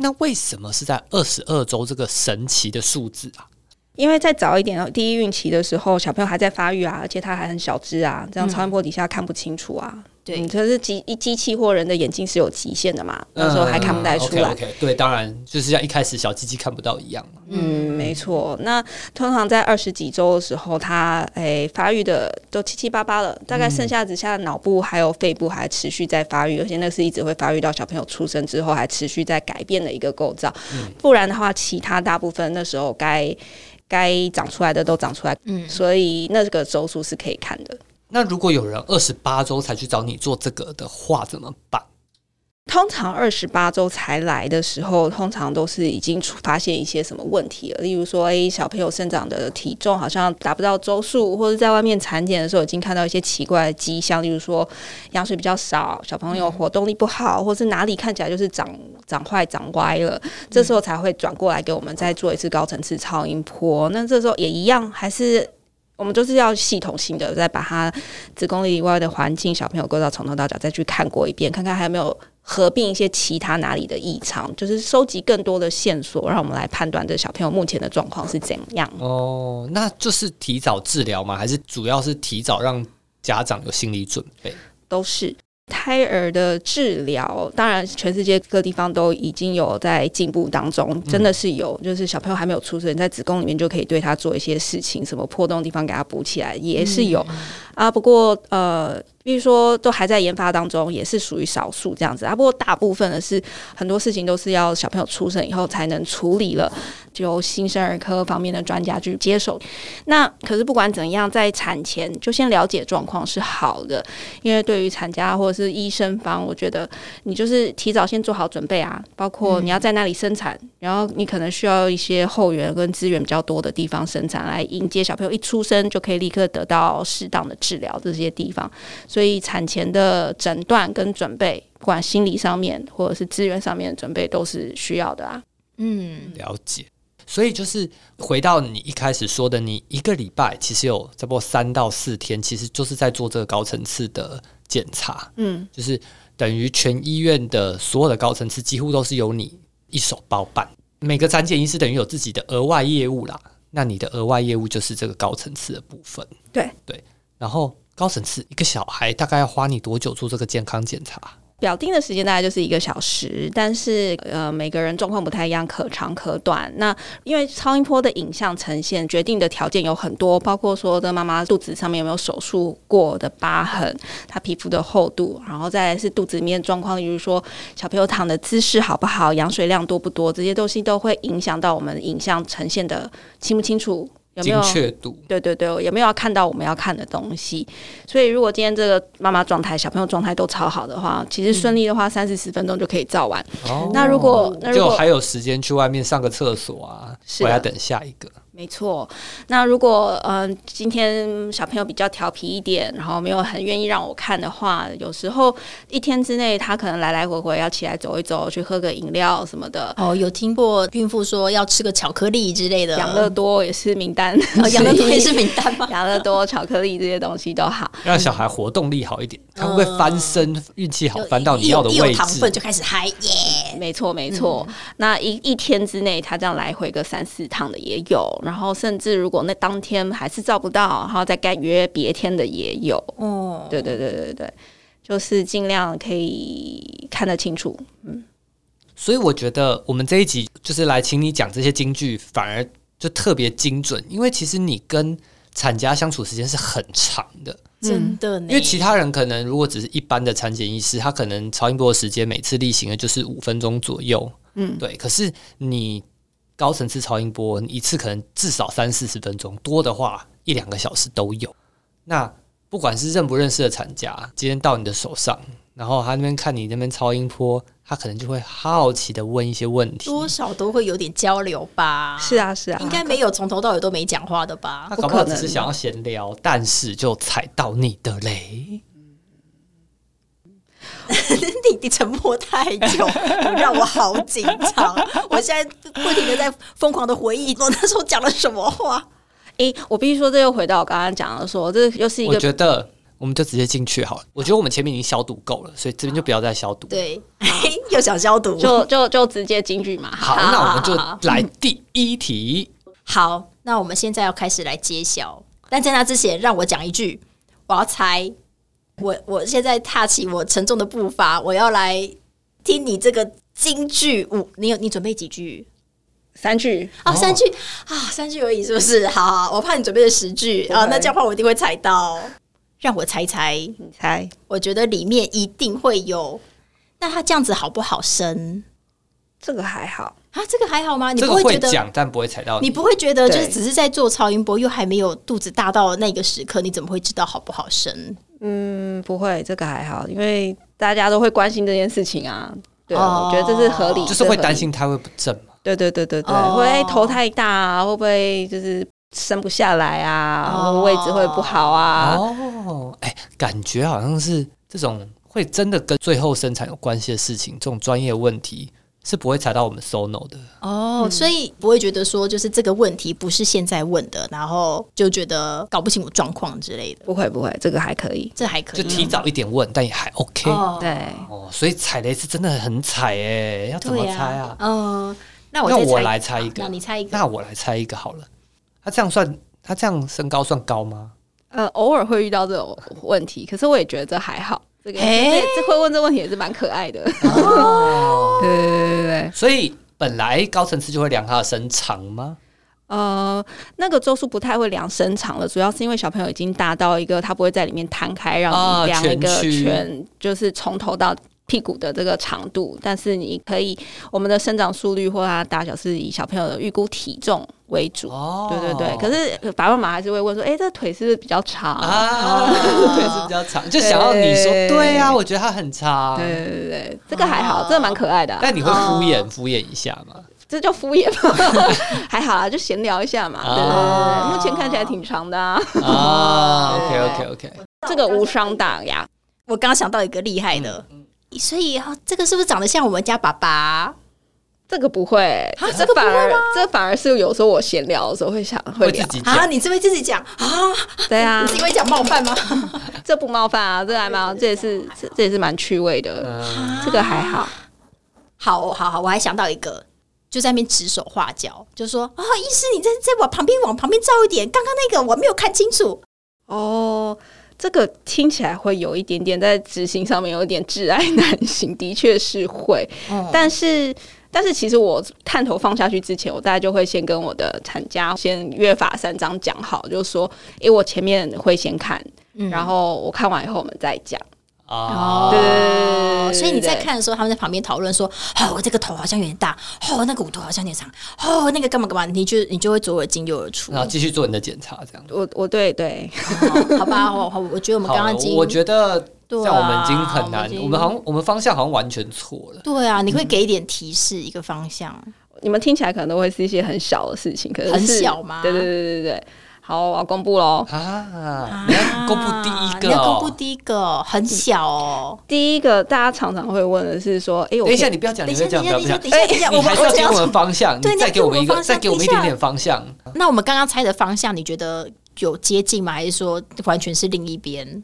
Speaker 2: 那为什么是在二十二周这个神奇的数字啊？
Speaker 3: 因为再早一点，第一孕期的时候，小朋友还在发育啊，而且他还很小只啊，这样
Speaker 1: 嗯
Speaker 3: 超音波底下看不清楚啊。
Speaker 1: 对
Speaker 3: 嗯，可是机一机器或人的眼睛是有极限的嘛，那时候还看不太出来。
Speaker 2: o k 嗯对，当然就是像一开始小鸡鸡看不到一样嘛。
Speaker 3: 嗯，没错。那通常在二十几周的时候，它诶、发育的都七七八八了，大概剩下只下脑部还有肺部还持续在发育，而且那是一直会发育到小朋友出生之后还持续在改变的一个构造。不然的话，其他大部分那时候该该长出来的都长出来，
Speaker 1: 嗯
Speaker 3: 所以那个周数是可以看的。
Speaker 2: 那如果有人二十八周才去找你做这个的话，怎么办？
Speaker 3: 通常二十八周才来的时候，通常都是已经出发现一些什么问题了，例如说，诶，小朋友生长的体重好像达不到周数，或者在外面产检的时候已经看到一些奇怪的迹象，例如说羊水比较少，小朋友活动力不好，或是哪里看起来就是长长坏、长歪了，这时候才会转过来给我们再做一次高层次超音波。那这时候也一样，还是。我们就是要系统性的再把它子宫里以外的环境、小朋友构造从头到脚再去看过一遍，看看还有没有合并一些其他哪里的异常，就是收集更多的线索，让我们来判断这小朋友目前的状况是怎样。
Speaker 2: 哦，那就是提早治疗吗？还是主要是提早让家长有心理准备？
Speaker 3: 都是胎儿的治疗，当然全世界各地方都已经有在进步当中，真的是有，就是小朋友还没有出生，在子宫里面就可以对他做一些事情，什么破洞的地方给他补起来，也是有、啊。不过呃，比如说都还在研发当中，也是属于少数这样子啊。不过大部分的是很多事情都是要小朋友出生以后才能处理了，由新生儿科方面的专家去接手。那可是不管怎样，在产前就先了解状况是好的，因为对于产家或者是医生方，我觉得你就是提早先做好准备啊，包括你要在那里生产，然后你可能需要一些后援跟资源比较多的地方生产，来迎接小朋友一出生就可以立刻得到适当的治疗这些地方。所以产前的诊断跟准备，不管心理上面或者是资源上面的准备，都是需要的啊。
Speaker 1: 嗯，
Speaker 2: 了解。所以就是回到你一开始说的，你一个礼拜其实有差不多三到四天，其实就是在做这个高层次的检查，
Speaker 3: 嗯，
Speaker 2: 就是等于全医院的所有的高层次几乎都是由你一手包办。每个产检医师等于有自己的额外业务啦，那你的额外业务就是这个高层次的部分。
Speaker 3: 对
Speaker 2: 对，然后高层次一个小孩大概要花你多久做这个健康检查？
Speaker 3: 表定的时间大概就是一个小时，但是呃每个人状况不太一样，可长可短。那因为超音波的影像呈现决定的条件有很多，包括说这妈妈肚子上面有没有手术过的疤痕，她皮肤的厚度，然后再来是肚子里面状况，比如说小朋友躺的姿势好不好，羊水量多不多，这些东西都会影响到我们影像呈现的清不清楚，有没
Speaker 2: 精
Speaker 3: 有
Speaker 2: 确度？
Speaker 3: 对对对，有没有要看到我们要看的东西？所以如果今天这个妈妈状态、小朋友状态都超好的话，其实顺利的话，三四十分钟就可以照完。
Speaker 2: 哦
Speaker 3: 那如果那如
Speaker 2: 就
Speaker 3: 果
Speaker 2: 还有时间去外面上个厕所啊，
Speaker 3: 是
Speaker 2: 回
Speaker 3: 的
Speaker 2: 来等下一个。
Speaker 3: 没错，那如果嗯、呃今天小朋友比较调皮一点，然后没有很愿意让我看的话，有时候一天之内他可能来来回回要起来走一走，去喝个饮料什么的。
Speaker 1: 哦，有听过孕妇说要吃个巧克力之类的，
Speaker 3: 养乐多也是名单，
Speaker 1: <laughs> 哦，养乐多也是
Speaker 3: 所以
Speaker 1: 名单吗？
Speaker 3: <laughs> 养乐多、巧克力这些东西都好。
Speaker 2: 让小孩活动力好一点，他会不会翻身？运气好
Speaker 1: 有
Speaker 2: 哦翻到你要的
Speaker 1: 一有一
Speaker 2: 位
Speaker 1: 有糖分
Speaker 2: 置？
Speaker 1: 就开始嗨耶！
Speaker 3: 没错，没错。那一一天之内，他这样来回个三四趟的也有，然后甚至如果那当天还是照不到，然后再该约别天的也有。
Speaker 1: 哦，
Speaker 3: 对对对对对，就是尽量可以看得清楚。
Speaker 2: 所以我觉得我们这一集就是来请你讲这些京剧，反而就特别精准，因为其实你跟产家相处时间是很长的。
Speaker 1: 真的呢，
Speaker 2: 因为其他人可能如果只是一般的产检医师，他可能超音波的时间每次例行的就是五分钟左右，
Speaker 3: 嗯，
Speaker 2: 对。可是你高层次超音波，你一次可能至少三四十分钟，多的话一两个小时都有。那不管是认不认识的产家，今天到你的手上，然后他那边看你那边超音波，他可能就会好奇的问一些问题。
Speaker 1: 多少都会有点交流吧？
Speaker 3: 是，啊，是啊，啊
Speaker 1: 应该没有从头到尾都没讲话的吧
Speaker 2: 他？
Speaker 3: 不
Speaker 2: 搞不好
Speaker 3: 可
Speaker 2: 只
Speaker 3: 能
Speaker 2: 是想要闲聊，但是就踩到你的雷。
Speaker 1: <laughs> 你你沉默太
Speaker 3: <laughs>
Speaker 1: 久，你让我好紧张。我现在不停的在疯狂的回忆我那时候讲了什么话。
Speaker 3: 诶、我必须说，这又回到我刚刚讲的说，这又是一
Speaker 2: 我
Speaker 3: 个
Speaker 2: 觉得我们就直接进去好了。我觉得我们前面已经消毒够了，所以这边就不要再消毒。，
Speaker 1: 对， <laughs> 又想消毒。
Speaker 3: 就就就直接京剧嘛。
Speaker 2: 好，
Speaker 3: 好
Speaker 2: 那我们
Speaker 3: 好好好
Speaker 2: 就来第一题。
Speaker 1: 嗯好，那我们现在要开始来揭晓。但在那之前，让我讲一句，我要猜。我我现在踏起我沉重的步伐，我要来听你这个京剧舞。你有你准备几句？
Speaker 3: 三句。
Speaker 1: 哦，
Speaker 2: 哦
Speaker 1: 三句啊，三句而已，是不是？好好，我怕你准备了十句啊，
Speaker 3: OK
Speaker 1: 那这样的话我一定会猜到。让我猜猜，
Speaker 3: 你猜
Speaker 1: 我觉得里面一定会有。那他这样子好不好生
Speaker 3: 这个还好，
Speaker 1: 啊？这个还好吗？你
Speaker 2: 这
Speaker 1: 不
Speaker 2: 个
Speaker 1: 会
Speaker 2: 会
Speaker 1: 觉得
Speaker 2: 讲，但不会踩到
Speaker 1: 你不会觉得就
Speaker 3: 对
Speaker 1: 是只是在做超音波，又还没有肚子大到那个时刻，你怎么会知道好不好生？
Speaker 3: 嗯，不会，这个还好，因为大家都会关心这件事情啊。对，
Speaker 1: 哦
Speaker 3: 我觉得这是合理，
Speaker 2: 就是会
Speaker 3: 这合理
Speaker 2: 担心他会不正嘛。
Speaker 3: 对对对对对，
Speaker 1: 哦
Speaker 3: 会不会头太大啊？会不会就是生不下来啊？
Speaker 1: 哦
Speaker 3: 会不会位置会不好啊？
Speaker 2: 哦，哎，感觉好像是这种会真的跟最后生产有关系的事情，这种专业问题是不会踩到我们 sono 的。
Speaker 1: 哦，所以不会觉得说就是这个问题不是现在问的，然后就觉得搞不清楚状况之类的，
Speaker 3: 不会不会，这个还可以。
Speaker 1: 这还可以
Speaker 2: 就提
Speaker 3: 嗯
Speaker 2: 早一点问，但也还 OK。
Speaker 1: 哦，
Speaker 3: 对，
Speaker 2: 哦，所以踩雷是真的很踩哎，要怎么
Speaker 1: 对
Speaker 2: 猜啊
Speaker 1: 呀，？嗯，那我
Speaker 2: 那
Speaker 1: 再
Speaker 2: 我
Speaker 1: 猜
Speaker 2: 来猜一个
Speaker 1: 好那你猜一个，
Speaker 2: 那我来猜一个好了，他这样算，他这样身高算高吗？
Speaker 3: 呃，偶尔会遇到这种问题，可是我也觉得这还好。这个
Speaker 1: 哎
Speaker 3: 这这会问这问题也是蛮可爱的。对对对对对，
Speaker 2: 所以本来高层次就会量他的身长吗？
Speaker 3: 呃，那个周数不太会量身长了，主要是因为小朋友已经大到一个他不会在里面摊开让
Speaker 2: 啊
Speaker 3: 你量一个
Speaker 2: 全区
Speaker 3: 全，就是从头到屁股的这个长度。但是你可以，我们的生长速率或它大小是以小朋友的预估体重为主。
Speaker 2: 哦
Speaker 3: 对对对，可是爸爸妈妈还是会问说：“哎、这腿是不是比较长？”
Speaker 2: 啊，
Speaker 1: 哦
Speaker 2: 对是比较长，就想要你说
Speaker 3: 对
Speaker 2: 对啊，我觉得他很长，
Speaker 3: 对对对对，这个还好，这个蛮可爱的啊、
Speaker 2: 但你会敷
Speaker 1: 哦
Speaker 2: 衍敷衍一下嘛？
Speaker 3: 这叫敷衍吗？还好啦，就闲聊一下嘛。对对对
Speaker 2: 啊
Speaker 3: 对，目前看起来挺长的啊，
Speaker 1: 哦
Speaker 2: 啊，OK OK OK，
Speaker 3: 这个无伤大雅。
Speaker 1: 哦
Speaker 2: 嗯
Speaker 1: 我刚想到一个厉害的，所以啊，这个是不是长得像我们家爸爸？
Speaker 3: 这个不会，啊这个反而这反而是有时候我闲聊的时候会想会
Speaker 2: 会
Speaker 3: <laughs>
Speaker 2: 自
Speaker 3: 聊，
Speaker 2: 己
Speaker 1: 啊，
Speaker 2: 讲。
Speaker 1: 你这边自己讲
Speaker 2: 嗯
Speaker 1: 啊，
Speaker 3: 对啊
Speaker 1: 你是，因为讲冒犯吗？
Speaker 3: 这不冒犯啊，这还蛮这也是这这也是蛮趣味的，
Speaker 2: 嗯，
Speaker 3: 这个还好。
Speaker 1: 好好好，我还想到一个，就在那边指手画脚，就说啊、医师，你在在我旁边往旁边照一点，刚刚那个我没有看清楚。
Speaker 3: 哦，这个听起来会有一点点在执行上面有一点挚爱难行， <laughs> 的确是会。
Speaker 1: 嗯
Speaker 3: 但是，但是其实我探头放下去之前，我大概就会先跟我的产家先约法三章讲好，就是说，诶、我前面会先看，
Speaker 1: 嗯
Speaker 3: 然后我看完以后我们再讲。
Speaker 2: 啊，
Speaker 3: 对
Speaker 1: 哦所以你在
Speaker 3: 对
Speaker 1: 看的时候，他们在旁边讨论说：“哦，我这个头好像有点大，哦，那个骨头好像有点长，哦，那个干嘛干嘛。”你就你就会左耳进右耳出。
Speaker 2: 然后继续做你的检查，这样。
Speaker 3: 我我对对，
Speaker 1: 哦好吧，我我我觉得我们刚
Speaker 2: 好
Speaker 1: 刚
Speaker 2: 了
Speaker 1: 已经，
Speaker 2: 我觉得这
Speaker 1: 对啊
Speaker 2: 样我们已经很
Speaker 1: 我们
Speaker 2: 难
Speaker 1: 已，经
Speaker 2: 我们好像我们方向好像完全错了。
Speaker 1: 对啊，你会给一点提示，一个方向。
Speaker 3: 你们听起来可能都会是一些很小的事情，可是
Speaker 1: 很
Speaker 3: 是
Speaker 1: 小吗
Speaker 3: 对对对对对，好，我要公布喽。
Speaker 2: 啊！你要公布第一
Speaker 1: 啊你
Speaker 2: 个、
Speaker 1: 要公
Speaker 2: 哦
Speaker 1: 布。第一个哦，很小哦。
Speaker 3: 第一个大家常常会问的是说，诶，我
Speaker 2: 等一下，
Speaker 3: 可以
Speaker 2: 你不要讲，
Speaker 1: 等
Speaker 2: 你
Speaker 1: 一
Speaker 2: 不
Speaker 1: 下，
Speaker 2: 要
Speaker 1: 等一
Speaker 2: 讲，不
Speaker 1: 下，
Speaker 2: 要
Speaker 1: 等一
Speaker 2: 不
Speaker 1: 下，
Speaker 2: 要
Speaker 1: 等
Speaker 2: 讲。哎
Speaker 1: 一下，等一下，
Speaker 2: 你
Speaker 1: 我
Speaker 2: 还是要给我们方向，
Speaker 1: 对
Speaker 2: 你再给我们一
Speaker 1: 你要给我们方
Speaker 2: 个，
Speaker 1: 向
Speaker 2: 再给我们一点点方向。
Speaker 1: 那我们刚刚猜的方向，你觉得有接近吗？还是说完全是另一边？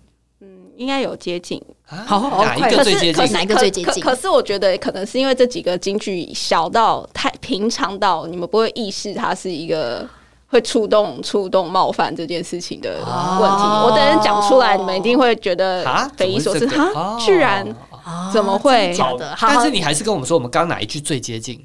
Speaker 3: 应该有接近，
Speaker 2: 啊
Speaker 1: 好好
Speaker 2: 哪一
Speaker 1: 快
Speaker 2: 个
Speaker 1: 可
Speaker 2: 最
Speaker 1: 是
Speaker 2: 接
Speaker 1: 可
Speaker 2: 近
Speaker 1: 是？哪一个最接近
Speaker 3: 可可可是我觉得可能是因为这几个京剧小到太平常到你们不会意识它是一个会触动触动冒犯这件事情的问题。
Speaker 1: 哦
Speaker 3: 我等人讲出来，你们一定会觉得
Speaker 2: 啊，
Speaker 3: 匪夷所思，
Speaker 2: 怎么会这个
Speaker 3: 哈，居然
Speaker 2: 哦
Speaker 1: 啊
Speaker 3: 怎么会
Speaker 1: 真的假的？好
Speaker 2: 但
Speaker 1: 好
Speaker 2: 是你还是跟我们说，我们刚刚哪一句最接近？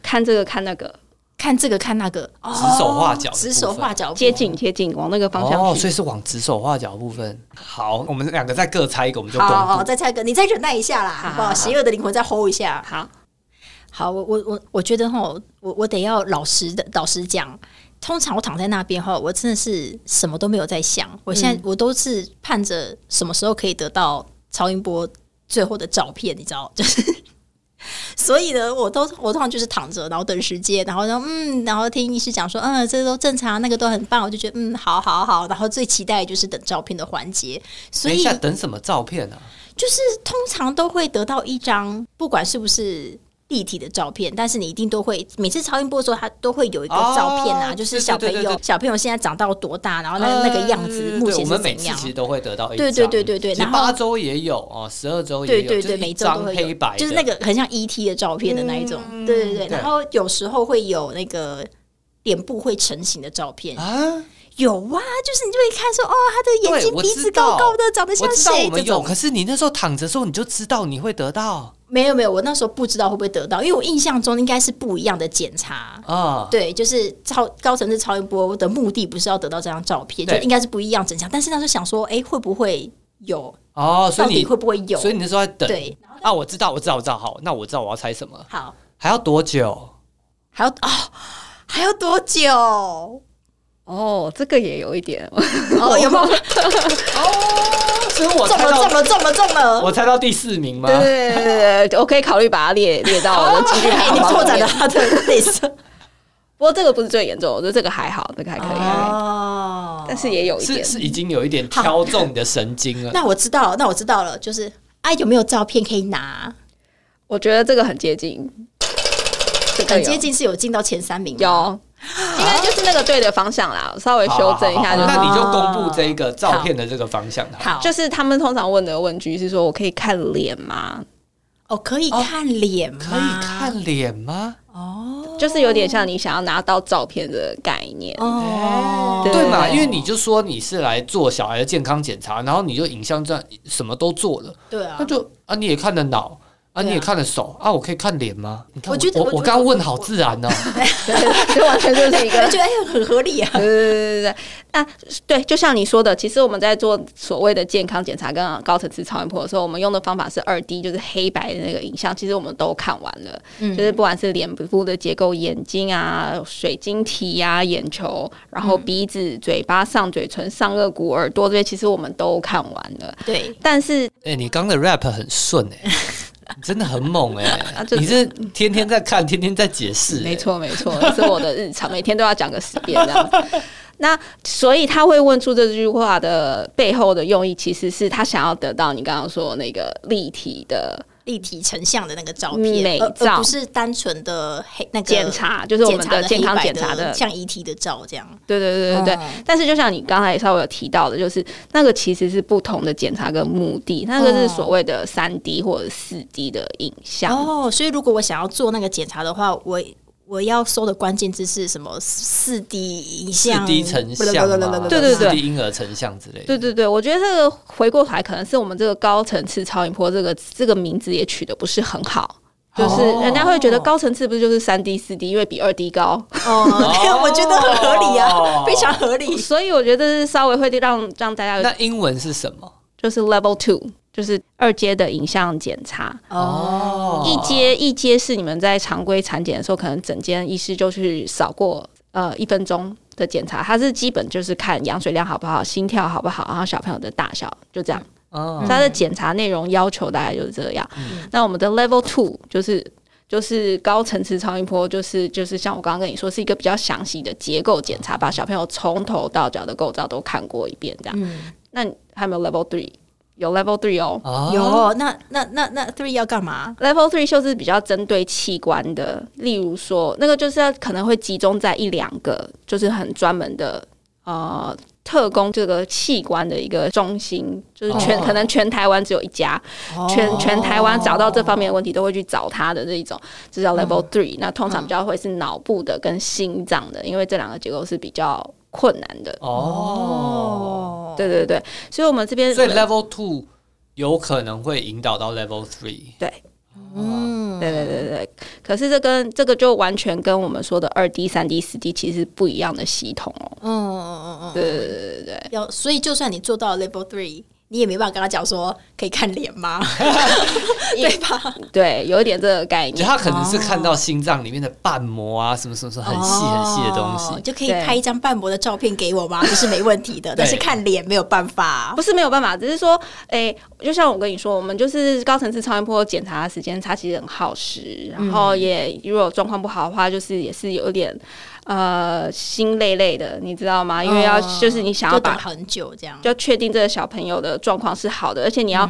Speaker 3: 看这个看那个，
Speaker 1: 看这个看那个，哦
Speaker 2: 指手画脚的部分
Speaker 1: 指手画脚，
Speaker 3: 接近接近，往那个方
Speaker 2: 哦
Speaker 3: 向，去。
Speaker 2: 所以是往指手画脚的部分。好，我们两个再各猜一个，我们就公
Speaker 1: 好。好好，
Speaker 2: 布。
Speaker 1: 再猜一个，你再忍耐一下啦，好不好？邪恶的灵魂再 hold 一下。
Speaker 3: 好，
Speaker 1: 好，我我我我觉得哈，我我得要老实的老实讲。通常我躺在那边哈，我真的是什么都没有在想。我
Speaker 2: 嗯
Speaker 1: 现在我都是盼着什么时候可以得到曹云波最后的照片，你知道， <laughs> 就是。所以呢，我都我通常就是躺着，然后等时间，然后呢，嗯，然后听医师讲说，嗯，这都正常，那个都很棒，我就觉得嗯，好好好。然后最期待的就是等照片的环节，所
Speaker 2: 等
Speaker 1: 以
Speaker 2: 一下，等什么照片啊？
Speaker 1: 就是通常都会得到一张，不管是不是立体的照片，但是你一定都会每次超音波的时候，它都会有一个照片啊，
Speaker 2: 哦
Speaker 1: 就是小朋友
Speaker 2: 对对对对
Speaker 1: 小朋友现在长到多大，然后那、那个样子
Speaker 2: 呃
Speaker 1: 目
Speaker 2: 对
Speaker 1: 前是
Speaker 2: 我们每
Speaker 1: 怎
Speaker 2: 次
Speaker 1: 样
Speaker 2: 其？实都会得到一
Speaker 1: 对对对对对
Speaker 2: 其实
Speaker 1: 然后
Speaker 2: 八周也有哦，十二周也
Speaker 1: 对
Speaker 2: 有，
Speaker 1: 对
Speaker 2: 就
Speaker 1: 对，
Speaker 2: 是
Speaker 1: 每
Speaker 2: 一
Speaker 1: 周都
Speaker 2: 张
Speaker 1: 会
Speaker 2: 黑白
Speaker 1: 有，
Speaker 2: 的，
Speaker 1: 就是那个很像 ET 的照片的那一种，
Speaker 2: 嗯
Speaker 1: 对对对。
Speaker 2: 对
Speaker 1: 然后有时候会有那个脸部会成型的照片，
Speaker 2: 啊，
Speaker 1: 有啊，就是你就会看说，哦，他的眼
Speaker 2: 对
Speaker 1: 睛
Speaker 2: 我
Speaker 1: 鼻
Speaker 2: 知
Speaker 1: 子高
Speaker 2: 道
Speaker 1: 高的，长得
Speaker 2: 我
Speaker 1: 像
Speaker 2: 知道
Speaker 1: 谁
Speaker 2: 我
Speaker 1: 这
Speaker 2: 们有，
Speaker 1: 种。
Speaker 2: 可是你那时候躺着的时候，你就知道你会得到
Speaker 1: 没有没有，我那时候不知道会不会得到，因为我印象中应该是不一样的检查。
Speaker 2: 啊。
Speaker 1: 对，就是超高层次超音波的目的不是要得到这张照片，就
Speaker 2: 对
Speaker 1: 应该是不一样真相。但是那时候想说，哎、会不会有？
Speaker 2: 哦，所
Speaker 1: 到
Speaker 2: 以
Speaker 1: 底
Speaker 2: 你
Speaker 1: 会不会有？
Speaker 2: 所以你那时候在等
Speaker 1: 对，
Speaker 2: 啊，我知道，我知道，我知道，好，那我知道我要猜什么，
Speaker 1: 好，
Speaker 2: 还要多久？
Speaker 1: 还要啊、还要多久？哦，
Speaker 3: 哦，这个也有一点，
Speaker 1: 有没有
Speaker 2: 所以我
Speaker 1: 中
Speaker 2: 猜
Speaker 1: 了？中
Speaker 2: 到
Speaker 1: 了，中了，中了！
Speaker 2: 我猜到第四名吗
Speaker 3: 对？对对对对，我可以考虑把它列列到我的
Speaker 1: 哎、你拓展了他的
Speaker 2: <laughs>
Speaker 1: list
Speaker 3: 不过这个不是最严重，我觉得这个还好，这个还
Speaker 2: 哎
Speaker 3: 可以，
Speaker 1: 哦
Speaker 3: 但是也有一
Speaker 2: 是
Speaker 3: 点。
Speaker 2: 是已经有一点挑中你的神经了。
Speaker 1: 那我知道，那我知道了，就是啊，有没有照片可以拿？
Speaker 3: 我觉得这个很接近，这个
Speaker 1: 很
Speaker 2: 哦
Speaker 3: 有
Speaker 1: 接，近是有进到前三名吗，
Speaker 3: 有，应该就是那个对的方向啦。我稍微修正一下，
Speaker 2: 好好好
Speaker 3: 就是
Speaker 2: 那
Speaker 1: 好
Speaker 2: 你就公布这个照片的这个方向。
Speaker 1: 好，
Speaker 3: 就是他们通常问的问句是说：“我可以看脸吗
Speaker 1: 哦，可以看脸吗？
Speaker 2: 可以看啊脸吗？？”
Speaker 3: 就是有点像你想要拿到照片的概念。
Speaker 1: 哦，
Speaker 3: 对
Speaker 2: 对嘛？因为你就说你是来做小孩的健康检查，然后你就影像站什么都做了，
Speaker 1: 对啊
Speaker 2: 那，就啊你也看了脑。啊，
Speaker 1: 对啊
Speaker 2: 你也看了手啊？我可以看脸吗？你看
Speaker 1: 我觉得
Speaker 2: 我
Speaker 1: 我觉得
Speaker 2: 我刚刚问好自然哦，
Speaker 3: 就完全就是一
Speaker 1: 我
Speaker 3: 个
Speaker 1: 觉得哎很合理啊。
Speaker 3: <laughs> 对对对对对，那对，就像你说的，其实我们在做所谓的健康检查跟高层次超音波的时候，我们用的方法是二 D，就是黑白的那个影像，其实我们都看完了，就是不管是脸部的结构、眼睛啊、水晶体啊、眼球，然后鼻子、嘴巴、上嘴唇、上颚骨、耳朵这些，其实我们都看完了。
Speaker 1: 对，
Speaker 3: 但是
Speaker 2: 哎、你刚的 rap 很顺哎、
Speaker 3: <laughs>
Speaker 2: 你真的很猛哎、
Speaker 3: 啊就是
Speaker 2: 你是天天在看，天天在解释、欸
Speaker 3: 没，错，没错， <laughs> 这是我的日常，每天都要讲个十遍这样子。 <laughs> 那所以他会问出这句话的背后的用意，其实是他想要得到你刚刚说的那个立体的
Speaker 1: 立体成像的那个照
Speaker 3: 美
Speaker 1: 片，而
Speaker 3: 照
Speaker 1: 而不是单纯的黑那个
Speaker 3: 检查就是我们的健康检查
Speaker 1: 呃的黑白
Speaker 3: 的
Speaker 1: 的像遗体的照这样。
Speaker 3: 对对对对对。
Speaker 1: 嗯
Speaker 3: 但是就像你刚才也稍微有提到的，就是那个其实是不同的检查跟目的，那个是所谓的三 D 或者四 D 的影像。
Speaker 1: 哦，所以如果我想要做那个检查的话，我我要搜的关键字是什么？四 D 影像、
Speaker 2: 四 D 成像嘛，
Speaker 3: 对对
Speaker 2: 四
Speaker 3: 对
Speaker 2: D 婴儿成像之类的。
Speaker 3: 对对对，我觉得这个回过头来，可能是我们这个高层次超音波这个这个名字也取得不是很好。就是
Speaker 2: 哦
Speaker 3: 人家会觉得高层次不就是三 D、四 D，因为比二 D 高，
Speaker 2: <laughs>
Speaker 1: 哦，对我觉得很合理啊，
Speaker 2: 哦
Speaker 1: 非常合理。
Speaker 3: 所以我觉得是稍微会让让大家有
Speaker 2: 那英文是什么？
Speaker 3: 就是 Level Two，就是二阶的影像检查。
Speaker 2: 哦
Speaker 3: 一阶一阶是你们在常规产检的时候，可能整间医师就去扫过呃一分钟的检查，它是基本就是看羊水量好不好、心跳好不好，然后小朋友的大小就这样。
Speaker 2: 嗯，
Speaker 3: 它的检查内容要求大概就是这样。那我们的 Level Two 就是。就是高层次超音波，就是就是像我刚刚跟你说，是一个比较详细的结构检查，把小朋友从头到脚的构造都看过一遍，这样。
Speaker 1: 嗯，
Speaker 3: 那你还有没有 Level Three？有 Level Three 哦，
Speaker 2: 哦
Speaker 1: 有那那那那 three 要干嘛？
Speaker 3: Level three 就是比较针对器官的，例如说那个就是要可能会集中在一两个，就是很专门的呃特工这个器官的一个中心，就是全、
Speaker 2: 哦
Speaker 3: 可能全台湾只有一家，全全台湾找到这方面的问题都会去找他的这一种，这
Speaker 2: 嗯
Speaker 3: 叫 Level three、那通常比较会是脑部的跟心脏的，因为这两个结构是比较困难的。
Speaker 2: 哦，
Speaker 3: 对对对，所以我们这边
Speaker 2: 所以 Level Two 有可能会引导到 Level Three。
Speaker 3: 对。
Speaker 1: 嗯，
Speaker 3: 对对对对，可是这跟这个就完全跟我们说的二 D、三 D、四 D 其实不一样的系统哦。
Speaker 1: 嗯嗯嗯嗯
Speaker 3: 对对对对对，
Speaker 1: 嗯，要所以就算你做到 level three，你也没办法跟他讲说可以看脸
Speaker 2: <laughs>
Speaker 1: 吗？对吧？
Speaker 3: 对，有一点这个概
Speaker 2: 就
Speaker 3: 念。
Speaker 2: 他可能是看到心脏里面的瓣膜啊，什么什么什么很细很细的东
Speaker 1: 哦
Speaker 2: 西。
Speaker 1: 就可以
Speaker 3: 对
Speaker 1: 拍一张瓣膜的照片给我吗？
Speaker 2: <laughs>
Speaker 1: 这是没问题的，但是
Speaker 2: 对
Speaker 1: 看脸没有办法
Speaker 3: 不。是没有办法，只是说，哎、就像我跟你说，我们就是高层次超音波检查的时间，它其实很耗时，
Speaker 1: 嗯
Speaker 3: 然后也如果状况不好的话，就是也是有点呃心累累的，你知道吗？因为要、
Speaker 1: 嗯
Speaker 3: 就是你想要
Speaker 1: 就等
Speaker 3: 把
Speaker 1: 很久这样。
Speaker 3: 就确定这个小朋友的状况是好的，而且你
Speaker 1: 嗯
Speaker 3: 要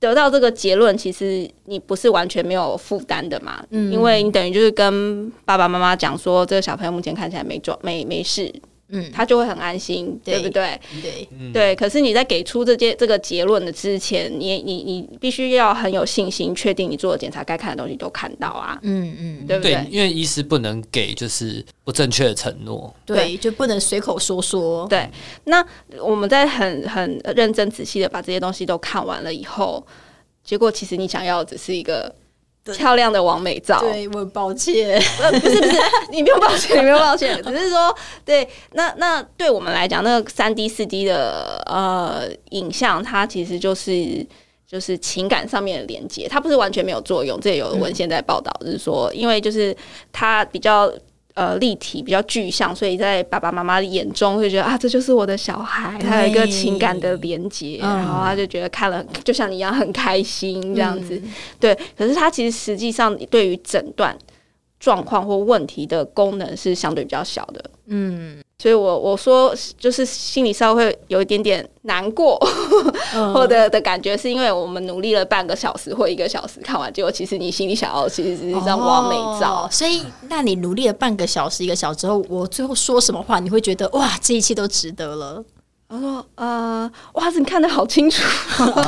Speaker 3: 得到这个结论，其实你不是完全没有负担的嘛，
Speaker 1: 嗯
Speaker 3: 因为你等于就是跟爸爸妈妈讲说，这个小朋友目前看起来没状没没事，
Speaker 1: 嗯，
Speaker 3: 他就会很安心，
Speaker 1: 对
Speaker 3: 对不对？
Speaker 1: 对，
Speaker 2: 嗯，
Speaker 3: 对，可是你在给出这些这个结论的之前，你你你必须要很有信心，确定你做的检查该看的东西都看到啊，
Speaker 1: 嗯嗯，
Speaker 3: 对不对？
Speaker 2: 因为医师不能给就是不正确的承诺。
Speaker 1: 对，就不能随口说说。
Speaker 3: 对，那我们在很很认真仔细的把这些东西都看完了以后，结果其实你想要的只是一个
Speaker 1: 对
Speaker 3: 漂亮的完美照，
Speaker 1: 对，我很抱歉。
Speaker 3: 你不用抱 <laughs> 歉，你不用抱歉，只是说，对，那那对我们来讲，那个三 D、四 D 的呃影像，它其实就是。就是情感上面的连接，它不是完全没有作用。这也有文献在报道，就是说，因为就是它比较呃立体、比较具象，所以在爸爸妈妈眼中会觉得啊，这就是我的小孩，
Speaker 1: 对
Speaker 3: 他有一个情感的连接，
Speaker 1: 嗯
Speaker 3: 然后他就觉得看了就像你一样很开心这样
Speaker 1: 嗯
Speaker 3: 子。对，可是它其实实际上对于诊断状况或问题的功能是相对比较小的。
Speaker 1: 嗯，
Speaker 3: 所以我我说就是心里稍微会有一点点难过 <laughs>
Speaker 1: 嗯
Speaker 3: 或者的感觉，是因为我们努力了半个小时或一个小时看完，结果其实你心里想要其实是一张完美照
Speaker 1: 哦。所以，那你努力了半个小时、一个小时之后，我最后说什么话，你会觉得哇，这一切都值得了。
Speaker 3: 我
Speaker 1: 哦
Speaker 3: 说呃，哇，你看的好清楚，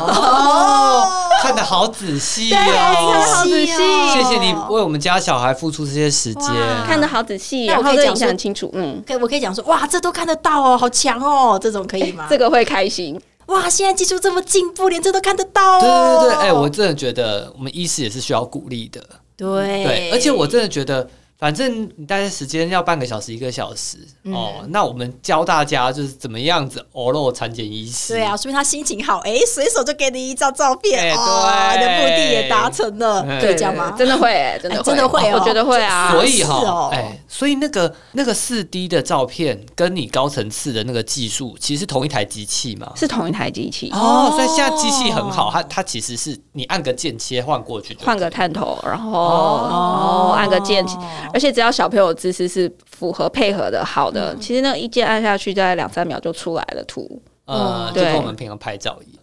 Speaker 2: 哦，看得好仔细
Speaker 3: 看得好
Speaker 2: 哦。
Speaker 3: 仔细
Speaker 1: 哦
Speaker 2: 谢谢你为我们家小孩付出这些时间。
Speaker 1: 哇
Speaker 3: <laughs> 看的好仔细，
Speaker 1: 那
Speaker 3: 啊然
Speaker 1: 我
Speaker 3: 后
Speaker 1: 可以
Speaker 3: 这
Speaker 1: 讲
Speaker 3: 影像
Speaker 1: 说
Speaker 3: 很清楚，嗯，
Speaker 1: 可以，我可以讲说，哇，这都看得到哦，好强哦，这种可以吗？
Speaker 3: 这个会开心。
Speaker 1: 哇，现在技术这么进步，连这都看得到哦。
Speaker 2: 对对对，哎、我真的觉得我们医师也是需要鼓励的。
Speaker 1: 对
Speaker 2: 对，而且我真的觉得，反正你待的时间要半个小时、一个小时、
Speaker 1: 嗯
Speaker 2: 哦。那我们教大家就是怎么样子偶漏产检医师。
Speaker 1: 对啊，，说明他心情好，哎，随手就给你一张照
Speaker 2: 哎
Speaker 1: 片，哦，
Speaker 2: 对
Speaker 1: 你的目的也达成了，
Speaker 2: 嗯
Speaker 1: 可以这样吗？
Speaker 3: 真的会，真的
Speaker 1: 哎 <laughs> 真的会哦
Speaker 3: 我觉得会啊。
Speaker 2: 所以哈、
Speaker 1: 是哦
Speaker 2: 哎、所以那个那个四 D 的照片跟你高层次的那个技术，其实是同一台机器嘛。
Speaker 3: 是同一台机器，
Speaker 2: 哦，所以现在机器很
Speaker 1: 哦
Speaker 2: 好，它它其实是你按个键切换过去就
Speaker 3: 换个探头，然后、
Speaker 1: 哦
Speaker 3: 然后按个键，而且只要小朋友姿势是符合配合的好的，
Speaker 1: 嗯
Speaker 3: 其实那一键按下去，大概两三秒就出来了图。
Speaker 2: 呃，
Speaker 1: 嗯
Speaker 2: 就跟
Speaker 3: 对
Speaker 2: 我们平常拍照一样。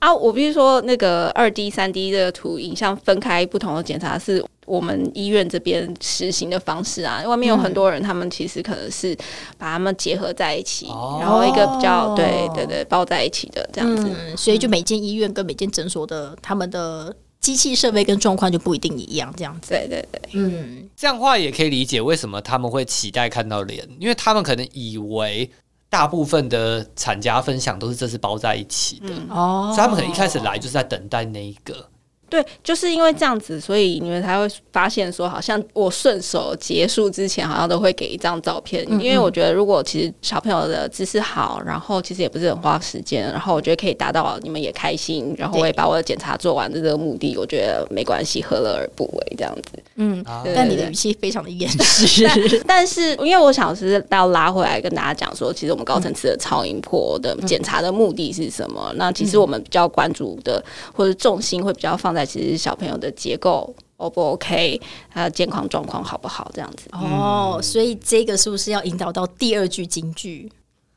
Speaker 3: 啊，我必须说，那个二 D、三 D 的图影像分开不同的检查是我们医院这边实行的方式啊。外面有很多人，他们其实可能是把它们结合在一起，
Speaker 2: 哦
Speaker 3: 然后一个比较
Speaker 1: 哦
Speaker 3: 对对对包在一起的这样子。
Speaker 1: 嗯，所以就每间医院跟每间诊所的他们的机器设备跟状况就不一定一样，这样子。
Speaker 3: 对对对，
Speaker 1: 嗯，
Speaker 2: 这样的话也可以理解为什么他们会期待看到脸，因为他们可能以为大部分的产家分享都是这次包在一起的，
Speaker 1: 哦
Speaker 2: 所以他们可能一开始来就是在等待那一个。
Speaker 3: 对，就是因为这样子，所以你们才会发现说，好像我顺手结束之前，好像都会给一张照片，因为我觉得如果其实小朋友的姿势好，然后其实也不是很花时间，然后我觉得可以达到你们也开心，然后我也把我的检查做完的这个目的，我觉得没关系，何乐而不为这样子。
Speaker 1: 嗯，
Speaker 2: 啊
Speaker 3: 对
Speaker 1: 但你的语气非常的严
Speaker 2: <laughs>
Speaker 1: 实。
Speaker 3: 但是，因为我想是要拉回来跟大家讲说，其实我们高层次的超音波的检查的目的是什么？那其实我们比较关注的或者重心会比较放在其实小朋友的结构 O 不 OK，他的健康状况好不好这样子。
Speaker 2: 嗯
Speaker 1: 哦，所以这个是不是要引导到第二句金句？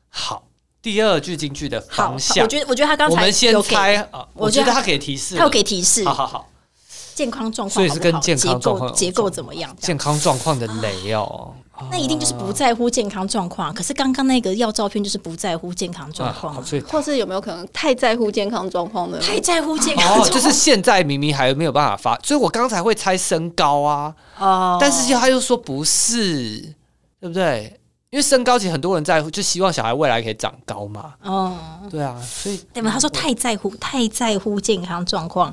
Speaker 2: 好，第二句京剧的
Speaker 1: 好，
Speaker 2: 方向，
Speaker 1: 我觉得，我觉得他刚
Speaker 2: 我
Speaker 1: 才
Speaker 2: 们先
Speaker 1: 有给，
Speaker 2: 猜啊，
Speaker 1: 我
Speaker 2: 我
Speaker 1: 觉
Speaker 2: 觉
Speaker 1: 得
Speaker 2: 得他给提示了，
Speaker 1: 他有给提示，
Speaker 2: 好好好，
Speaker 1: 健康状况好不好，
Speaker 2: 所以是跟健康状况有
Speaker 1: 结构结构怎么样？这样
Speaker 2: 健康状况的雷哦，
Speaker 1: 那一定就是不在乎健康状况。可是刚刚那个要照片就是不在乎健康状况
Speaker 2: 啊，所以。
Speaker 3: 或是有没有可能太在乎健康状况呢？
Speaker 1: 太在乎健康
Speaker 2: <laughs> 哦，
Speaker 1: 状
Speaker 2: 就是现在明明还没有办法发，所以我刚才会猜身高啊，
Speaker 1: 哦
Speaker 2: 但是他又说不是，对不对？因为身高其实很多人在乎，就希望小孩未来可以长高嘛。
Speaker 1: 哦，
Speaker 2: 对啊，所以
Speaker 1: 对吧？他说太在乎，太在乎健康状况。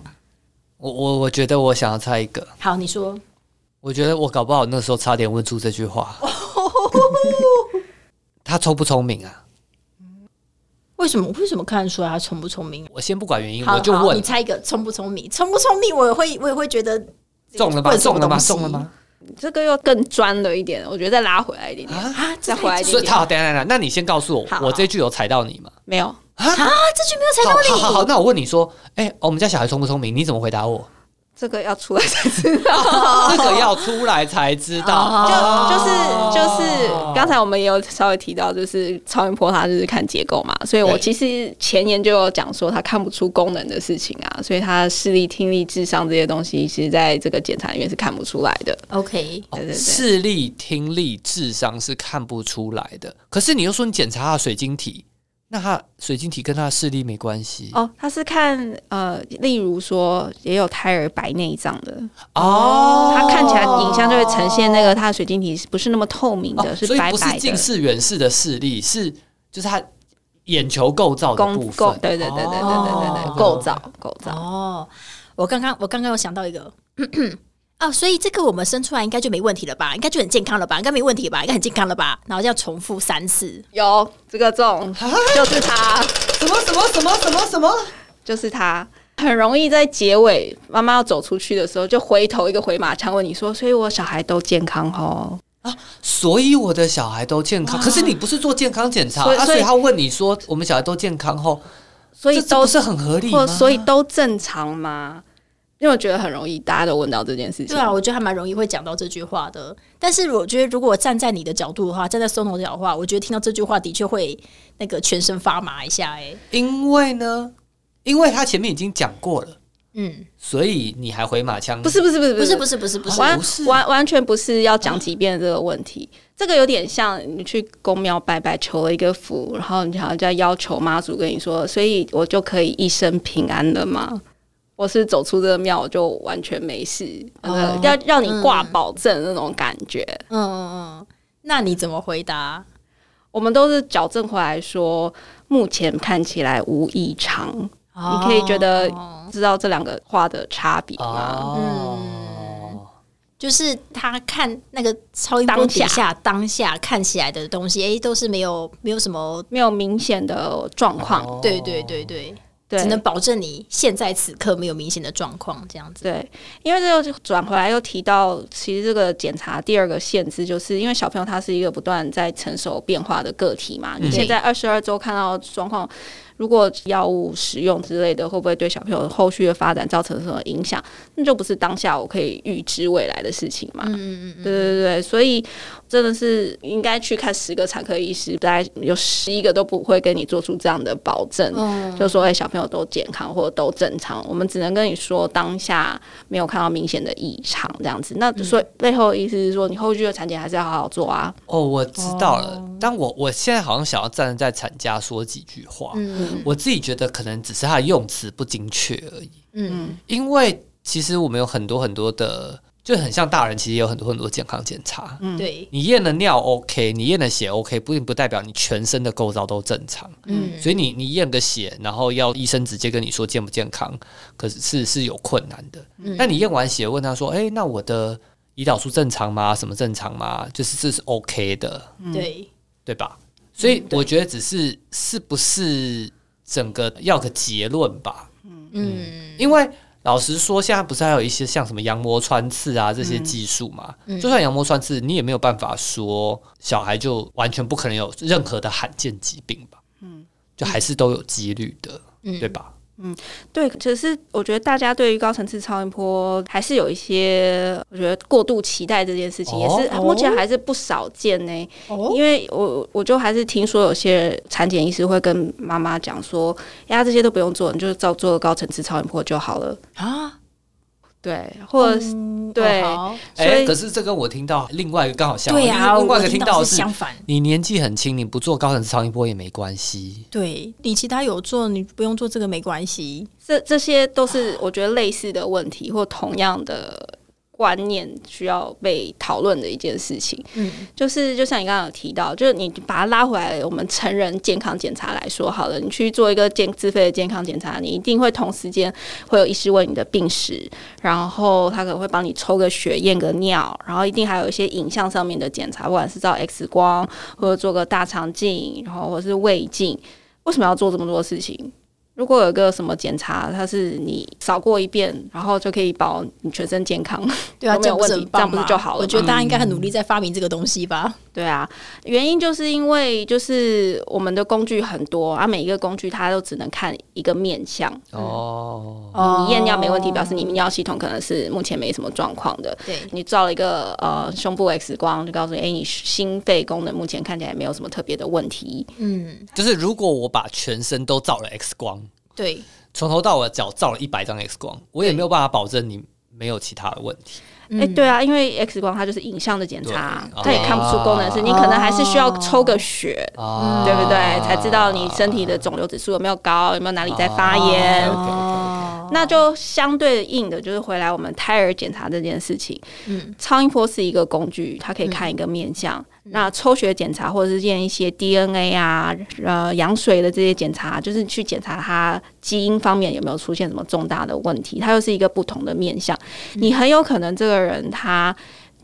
Speaker 2: 我我我觉得我想要猜一个，
Speaker 1: 好，你说
Speaker 2: 我觉得我搞不好那时候差点问出这句
Speaker 1: <laughs>
Speaker 2: 话。他聪不聪明啊？
Speaker 1: 为什么？为什么看得出来他聪不聪明？
Speaker 2: 我先不管原因，
Speaker 1: 好，
Speaker 2: 我就
Speaker 1: 好
Speaker 2: 问
Speaker 1: 你猜一个聪不聪明？聪不聪明？我也会，我也会觉得
Speaker 2: 中了吧？
Speaker 1: 问什
Speaker 2: 中
Speaker 1: 么
Speaker 2: 了吗？
Speaker 1: 东西
Speaker 2: 中了吗？
Speaker 3: 这个又更专了一点，我觉得再拉回来一点点。
Speaker 2: 啊！
Speaker 1: 啊，这
Speaker 3: 再回来一
Speaker 1: 太
Speaker 3: 点
Speaker 2: 所以
Speaker 1: 重要
Speaker 2: 他好，等一下等一下，那你先告诉我
Speaker 3: 好，好
Speaker 2: 我这句有踩到你吗？
Speaker 3: 没有，
Speaker 1: 啊，这句没有猜
Speaker 2: 好
Speaker 1: 到
Speaker 2: 好
Speaker 1: 你。
Speaker 2: 好好，那我问你说，哎、我们家小孩聪不聪明？你怎么回答我？
Speaker 3: 这个要出来才知
Speaker 2: <laughs>
Speaker 3: 道。
Speaker 2: 这个要出来才知道。哦
Speaker 3: 就
Speaker 1: 哦
Speaker 3: 就是就是，刚才我们也有稍微提到，就是超音波它就是看结构嘛，所以我
Speaker 2: 对
Speaker 3: 其实前言就有讲说他看不出功能的事情啊，所以他视力、听力、智商这些东西，其实在这个检查里面是看不出来的。
Speaker 1: OK，
Speaker 3: 对对对，
Speaker 2: 视力、听力、智商是看不出来的。可是你又说你检查他的水晶体，那他水晶体跟他的视力没关系
Speaker 3: 哦，他是看呃，例如说也有胎儿白内障的，
Speaker 2: 哦
Speaker 3: 他看起来影像就会呈现那个他的水晶体是不是那么透明的，
Speaker 2: 哦
Speaker 3: 是
Speaker 2: 所以
Speaker 3: 白
Speaker 2: 不是
Speaker 3: 白
Speaker 2: 近
Speaker 3: 的。
Speaker 2: 视、远视的视力，是就是他眼球构造的部
Speaker 3: 构构
Speaker 2: 分。
Speaker 3: 对对对对对对对
Speaker 1: 哦
Speaker 3: 对，构造构造，
Speaker 1: 哦，我刚刚我刚刚有想到一个。 <clears throat> 哦，所以这个我们生出来应该就没问题了吧？应该就很健康了吧？应该没问题吧？应该很健康了吧？然后这样重复三次，
Speaker 3: 有这个中就是他。
Speaker 2: 啊什么什么什么什么什么？
Speaker 3: 就是他很容易在结尾妈妈要走出去的时候，就回头一个回马枪问你说：“所以我小孩都健康哦。
Speaker 2: 所以我的小孩都健康，可是你不是做健康检查，
Speaker 3: 啊所以
Speaker 2: 啊，
Speaker 3: 所
Speaker 2: 所
Speaker 3: 以
Speaker 2: 以他问你说我们小孩都健康后，”
Speaker 3: 所以
Speaker 2: 这这
Speaker 3: 都
Speaker 2: 不是很合理
Speaker 3: 或
Speaker 2: 吗？
Speaker 3: 所以都正常吗？因为我觉得很容易大家都问到这件事情。
Speaker 1: 对啊，我觉得还蛮容易会讲到这句话的。但是我觉得，如果站在你的角度的话，站在 Sono 的角度的话，我觉得听到这句话的确会那个全身发麻一下、欸。哎，
Speaker 2: 因为呢，因为他前面已经讲过了，
Speaker 1: 嗯，
Speaker 2: 所以你还回马枪？
Speaker 3: 不是不是不是
Speaker 1: 不是不是不是不是，嗯
Speaker 2: 啊
Speaker 3: 完
Speaker 2: 不是
Speaker 3: 完完全不是要讲几遍这个问题，这个有点像你去公庙拜拜求了一个福，然后你好像就要要求妈祖跟你说，所以我就可以一生平安了吗？我是走出这个庙，我就完全没事，呃
Speaker 1: 哦
Speaker 3: 要让你挂保证那种感觉。
Speaker 1: 嗯嗯嗯，那你怎么回答？
Speaker 3: 我们都是矫正回来说，目前看起来无异常，你可以觉得
Speaker 1: 哦
Speaker 3: 知道这两个话的差别吗？嗯
Speaker 2: 哦，
Speaker 1: 就是他看那个超音波
Speaker 3: 当
Speaker 1: 底
Speaker 3: 下
Speaker 1: 下当下看起来的东西，哎、都是没有没有什么，
Speaker 3: 没有明显的状况，
Speaker 2: 哦
Speaker 1: 对对对对，
Speaker 3: 对，
Speaker 1: 只能保证你现在此刻没有明显的状况这样子。
Speaker 3: 对，因为这又转回来又提到，其实这个检查第二个限制，就是因为小朋嗯友他是一个不断在承受变化的个体嘛。你现在二十二周看到的状况，如果药物使用之类的，会不会对小朋友后续的发展造成什么影响？那就不是当下我可以预知未来的事情嘛。嗯嗯嗯，对对对，所以真的是应该去看十个产科医师，大概有十一个都不会跟你做出这样的保证，就说哎、小朋友都健康或者都正常，我们只能跟你说当下没有看到明显的异常这样子。那所以背后的意思是说，你后续的产检还是要好好做啊。
Speaker 2: 哦，我知道了。
Speaker 3: 哦
Speaker 2: 但我我现在好像想要站在产家说几句话。
Speaker 1: 嗯
Speaker 2: 我自己觉得可能只是他的用词不精确而已，
Speaker 1: 嗯
Speaker 2: 因为其实我们有很多很多的，就很像大人，其实也有很多很多健康检查。
Speaker 1: 嗯，对，
Speaker 2: 你验了尿 OK，你验了血 OK，不并不代表你全身的构造都正常。
Speaker 1: 嗯
Speaker 2: 所以你你验个血，然后要医生直接跟你说健不健康，可是是是有困难的。那你验完血，问他说：“哎、那我的胰岛素正常吗？什么正常吗？就是这是 OK 的，
Speaker 1: 对，
Speaker 2: 对吧？”所以我觉得只是是不是整个要个结论吧，
Speaker 1: 嗯
Speaker 2: 因为。老实说，现在不是还有一些像什么羊膜穿刺啊这些
Speaker 1: 嗯
Speaker 2: 技术嘛？就算羊膜穿刺，你也没有办法说小孩就完全不可能有任何的罕见疾病吧？就还是都有几率的，
Speaker 1: 嗯
Speaker 2: 对吧？
Speaker 3: 对，只是我觉得大家对于高层次超音波还是有一些，我觉得过度期待这件事情，也
Speaker 2: 哦
Speaker 3: 是目前还是不少见呢、
Speaker 1: 哦
Speaker 3: 因为我我就还是听说有些产检医师会跟妈妈讲说，哎呀，这些都不用做，你就照做高层次超音波就好了。
Speaker 1: 啊，
Speaker 3: 对，或者是、对、
Speaker 1: 哦好
Speaker 2: 哎、
Speaker 3: 所以
Speaker 2: 可是这跟我听到另外一个刚好相反，
Speaker 1: 对啊，
Speaker 2: 另外一
Speaker 1: 我
Speaker 2: 个
Speaker 1: 听
Speaker 2: 到
Speaker 1: 到
Speaker 2: 的
Speaker 1: 是
Speaker 2: 是
Speaker 1: 相反。
Speaker 2: 你年纪很轻，你不做高层次超音波也没关系。
Speaker 1: 对你其他有做，你不用做这个没关系。
Speaker 3: 这这些都是我觉得类似的问题或同样的观念需要被讨论的一件事情。
Speaker 1: 嗯
Speaker 3: 就是就像你刚刚有提到，就是你把它拉回来，我们成人健康检查来说好了，你去做一个健自费的健康检查，你一定会同时间会有医师问你的病史，然后他可能会帮你抽个血、验个尿，然后一定还有一些影像上面的检查，不管是照 X 光或者做个大肠镜，然后或是胃镜。为什么要做这么多事情？如果有一个什么检查，它是你扫过一遍，然后就可以保你全身健康，
Speaker 1: 对啊，
Speaker 3: 都没
Speaker 1: 这
Speaker 3: 有
Speaker 1: 样不
Speaker 3: 问
Speaker 1: 是
Speaker 3: 题
Speaker 1: 很，棒
Speaker 3: 样不是
Speaker 1: 吗
Speaker 3: 就好了吗？嗯
Speaker 1: 我觉得大家应该很努力在发明这个东西吧。
Speaker 3: 对啊，原因就是因为就是我们的工具很多啊，每一个工具它都只能看一个面相。
Speaker 1: 嗯
Speaker 2: 哦，
Speaker 3: 你验尿没问题，表示你尿系统可能是目前没什么状况的。
Speaker 1: 对
Speaker 3: 你照了一个呃胸部 X 光，就告诉你，哎、你心肺功能目前看起来没有什么特别的问题。
Speaker 1: 嗯，
Speaker 2: 就是如果我把全身都照了 X 光，
Speaker 1: 对，
Speaker 2: 从头到尾脚照了一百张 X 光，我也没有办法保证你没有其他的问题。
Speaker 3: 哎、对啊，因为 X 光它就是影像的检查
Speaker 2: 对，
Speaker 3: 它也看不出功能是，你可能还是需要抽个血，
Speaker 2: 啊
Speaker 3: 对不对？才知道你身体的肿瘤指数有没有高，有没有哪里在发炎。
Speaker 2: o k o
Speaker 1: 嗯
Speaker 3: 那就相对应的，就是回来我们胎儿检查这件事情，
Speaker 1: 嗯，
Speaker 3: 超音波是一个工具，它可以看一个面相。那抽血检查或者是验一些 DNA 啊、呃羊水的这些检查，就是去检查它基因方面有没有出现什么重大的问题，它又是一个不同的面相。你很有可能这个人他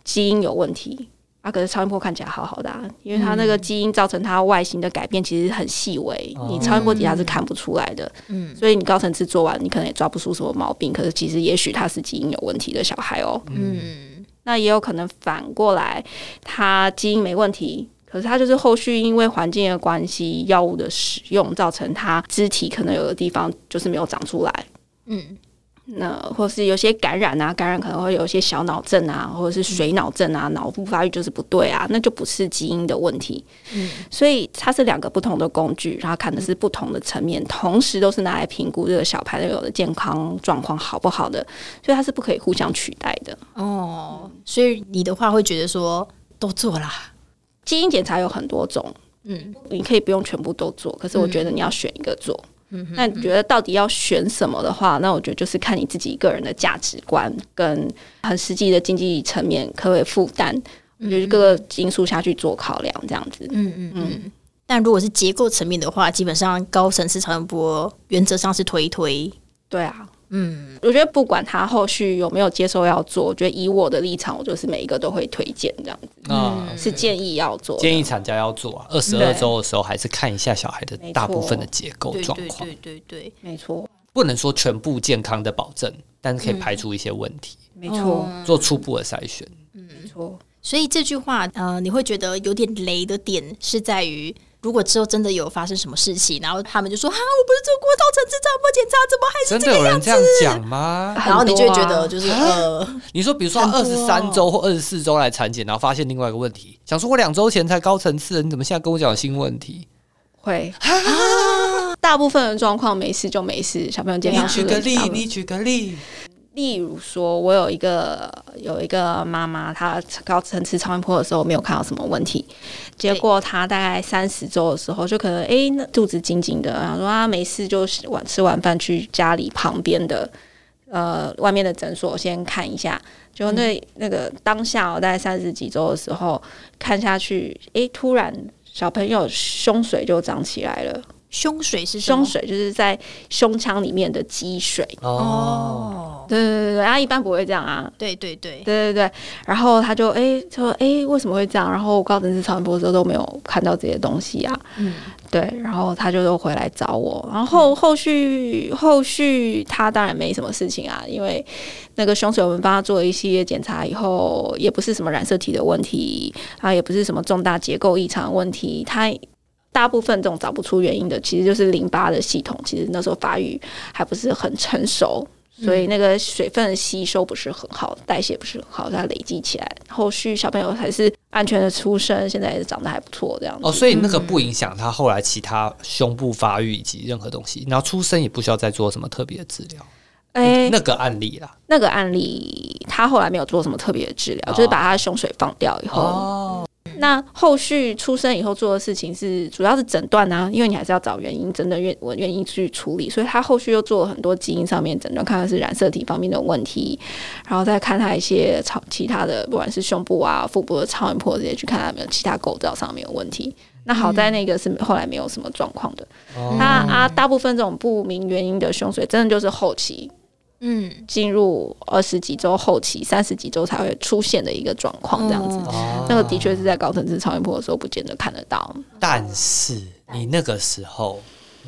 Speaker 3: 基因有问题。啊，可是超音波看起来好好的、啊，因为它那个基因造成它外形的改变其实很细微，你超音波底下是看不出来的。
Speaker 1: 嗯
Speaker 3: 所以你高层次做完，你可能也抓不出什么毛病，可是其实也许他是基因有问题的小孩哦。
Speaker 1: 嗯
Speaker 3: 那也有可能反过来，他基因没问题，可是他就是后续因为环境的关系、药物的使用，造成他肢体可能有的地方就是没有长出来。
Speaker 1: 嗯
Speaker 3: 那或是有些感染啊，感染可能会有一些小脑症啊，或者是水脑症啊，脑部发育就是不对啊，那就不是基因的问题。
Speaker 1: 嗯，
Speaker 3: 所以它是两个不同的工具，然后看的是不同的层面，同时都是拿来评估这个小朋友的健康状况好不好的，所以它是不可以互相取代的。
Speaker 1: 哦，所以你的话会觉得说都做啦，
Speaker 3: 基因检查有很多种，
Speaker 1: 嗯
Speaker 3: 你可以不用全部都做，可是我觉得你要选一个做。
Speaker 1: 嗯哼
Speaker 3: 那你觉得到底要选什么的话，那我觉得就是看你自己个人的价值观跟很实际的经济层面可不可以负担，我觉得各个因素下去做考量，这样子。
Speaker 1: 嗯嗯嗯。但如果是结构层面的话，基本上高层次超声波原则上是推一推，
Speaker 3: 对啊，
Speaker 1: 嗯
Speaker 3: 我觉得不管他后续有没有接受要做，我觉得以我的立场，我就是每一个都会推荐这样子，
Speaker 2: k 啊，
Speaker 3: 是建议要做的。
Speaker 2: 建议产家要做啊，二十二
Speaker 3: 对
Speaker 2: 周的时候还是看一下小孩的
Speaker 3: 没错
Speaker 2: 大部分的结
Speaker 3: 哦
Speaker 2: 构
Speaker 1: 对
Speaker 2: 状
Speaker 1: 对
Speaker 2: 况
Speaker 1: 对，对对，
Speaker 3: 没错，
Speaker 2: 不能说全部健康的保证，但是可以排除一些问题，
Speaker 3: 没错，
Speaker 1: 嗯
Speaker 2: 做初步的筛选。
Speaker 1: 哎
Speaker 3: 没错。
Speaker 1: 所以这句话，呃，你会觉得有点雷的点是在于，如果之后真的有发生什么事情，然后他们就说啊，我不是做过造成智障不检查，怎么还是这个样子？
Speaker 2: 真的有人这样讲吗？
Speaker 1: 然后你就会觉
Speaker 3: 很多
Speaker 1: 得
Speaker 3: 啊
Speaker 1: 就是呃，
Speaker 2: 你说，比如说
Speaker 1: 很多
Speaker 2: 二十三周或二十四周来产检，然后发现另外一个问题，想说我两周前才高层次，你怎么现在跟我讲新问题？
Speaker 1: <laughs>
Speaker 3: 会。
Speaker 1: 啊
Speaker 3: 大部分的状况没事就没事，小朋友健
Speaker 2: 你
Speaker 3: 康
Speaker 2: 举
Speaker 3: 是
Speaker 2: 个
Speaker 3: 很
Speaker 2: 例
Speaker 3: 大，的
Speaker 2: 你举个例，
Speaker 3: 例如说，我有一个有一个妈妈，她高层次超音波的时候没有看到什么问题，结果她大概三十周的时候，就可能诶，那肚子紧紧的，然后说啊没事，就晚吃完饭去家里旁边的呃外面的诊所先看一下。就那、那个当下、我大概三十几周的时候看下去，诶，突然小朋友胸水就长起来了，
Speaker 1: 胸水是什么
Speaker 3: 胸水就是在胸腔里面的积水。
Speaker 2: 哦，
Speaker 1: 哦，
Speaker 3: 对对对对，啊，一般不会这样啊。
Speaker 1: 对对对，
Speaker 3: 对对对，然后他就哎说哎为什么会这样？然后我高层次超音波的时候都没有看到这些东西啊，
Speaker 1: 嗯，
Speaker 3: 对，然后他就又回来找我，然后后续后续他当然没什么事情啊，因为那个凶手我们帮他做了一系列检查以后，也不是什么染色体的问题，啊也不是什么重大结构异常的问题，他。大部分这种找不出原因的，其实就是淋巴的系统，其实那时候发育还不是很成熟，所以那个水分的吸收不是很好，代谢不是很好，它累积起来，后续小朋友还是安全的出生，现在也是长得还不错这样子。
Speaker 2: 哦，所以那个不
Speaker 3: 嗯
Speaker 2: 影响他后来其他胸部发育以及任何东西，然后出生也不需要再做什么特别的治疗。
Speaker 3: 哎、
Speaker 2: 那个案例啦，
Speaker 3: 那个案例，他后来没有做什么特别的治
Speaker 2: 哦
Speaker 3: 疗，就是把他的胸水放掉以后，
Speaker 2: 哦，
Speaker 3: 那后续出生以后做的事情是主要是诊断啊，因为你还是要找原因，真的原原因去处理，所以他后续又做了很多基因上面诊断，看看是染色体方面的问题，然后再看他一些超其他的，不管是胸部啊、腹部的超音波这些，去看他有没有其他构造上面有问题。那好在那个是后来没有什么状况的，
Speaker 2: 哦
Speaker 3: 那啊，大部分这种不明原因的胸水，真的就是后期
Speaker 1: 嗯，
Speaker 3: 进入二十几周后期、三十几周才会出现的一个状况，这样子。
Speaker 2: 哦
Speaker 3: 那个的确是在高层次超音波的时候不见得看得到。
Speaker 2: 但是你那个时候，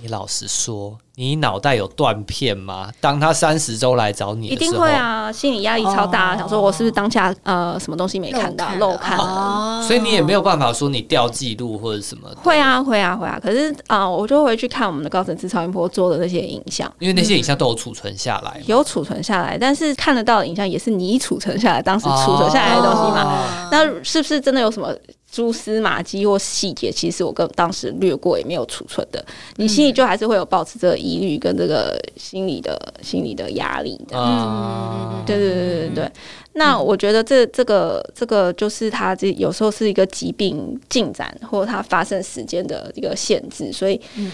Speaker 2: 你老实说，你脑袋有断片吗？当他三十周来找你的
Speaker 3: 一
Speaker 2: 时
Speaker 3: 定
Speaker 2: 候，
Speaker 3: 会啊，心理压力超大，
Speaker 1: 哦
Speaker 3: 想说我是不是当下呃什么东西没看到漏看了？
Speaker 1: 哦
Speaker 2: 所以你也没有办法说你掉记录或者什么的，
Speaker 3: 会啊，会啊，会啊！可是啊、呃我就回去看我们的高层次超音波做的那些影像，
Speaker 2: 因为那些影像都有储存下来嘛。
Speaker 3: 有储存下来，但是看得到的影像也是你储存下来，当时储存下来的东西嘛。
Speaker 1: 哦
Speaker 3: 那是不是真的有什么蛛丝马迹或细节？其实我跟当时略过，也没有储存的。你心里就还是会有保持这个疑虑跟这个心理的心理的压力
Speaker 2: 哦
Speaker 3: 的。
Speaker 1: 嗯
Speaker 2: 啊，
Speaker 3: 对对对对对。那我觉得这这个这个就是它这有时候是一个疾病进展或它发生时间的一个限制，所以
Speaker 1: 嗯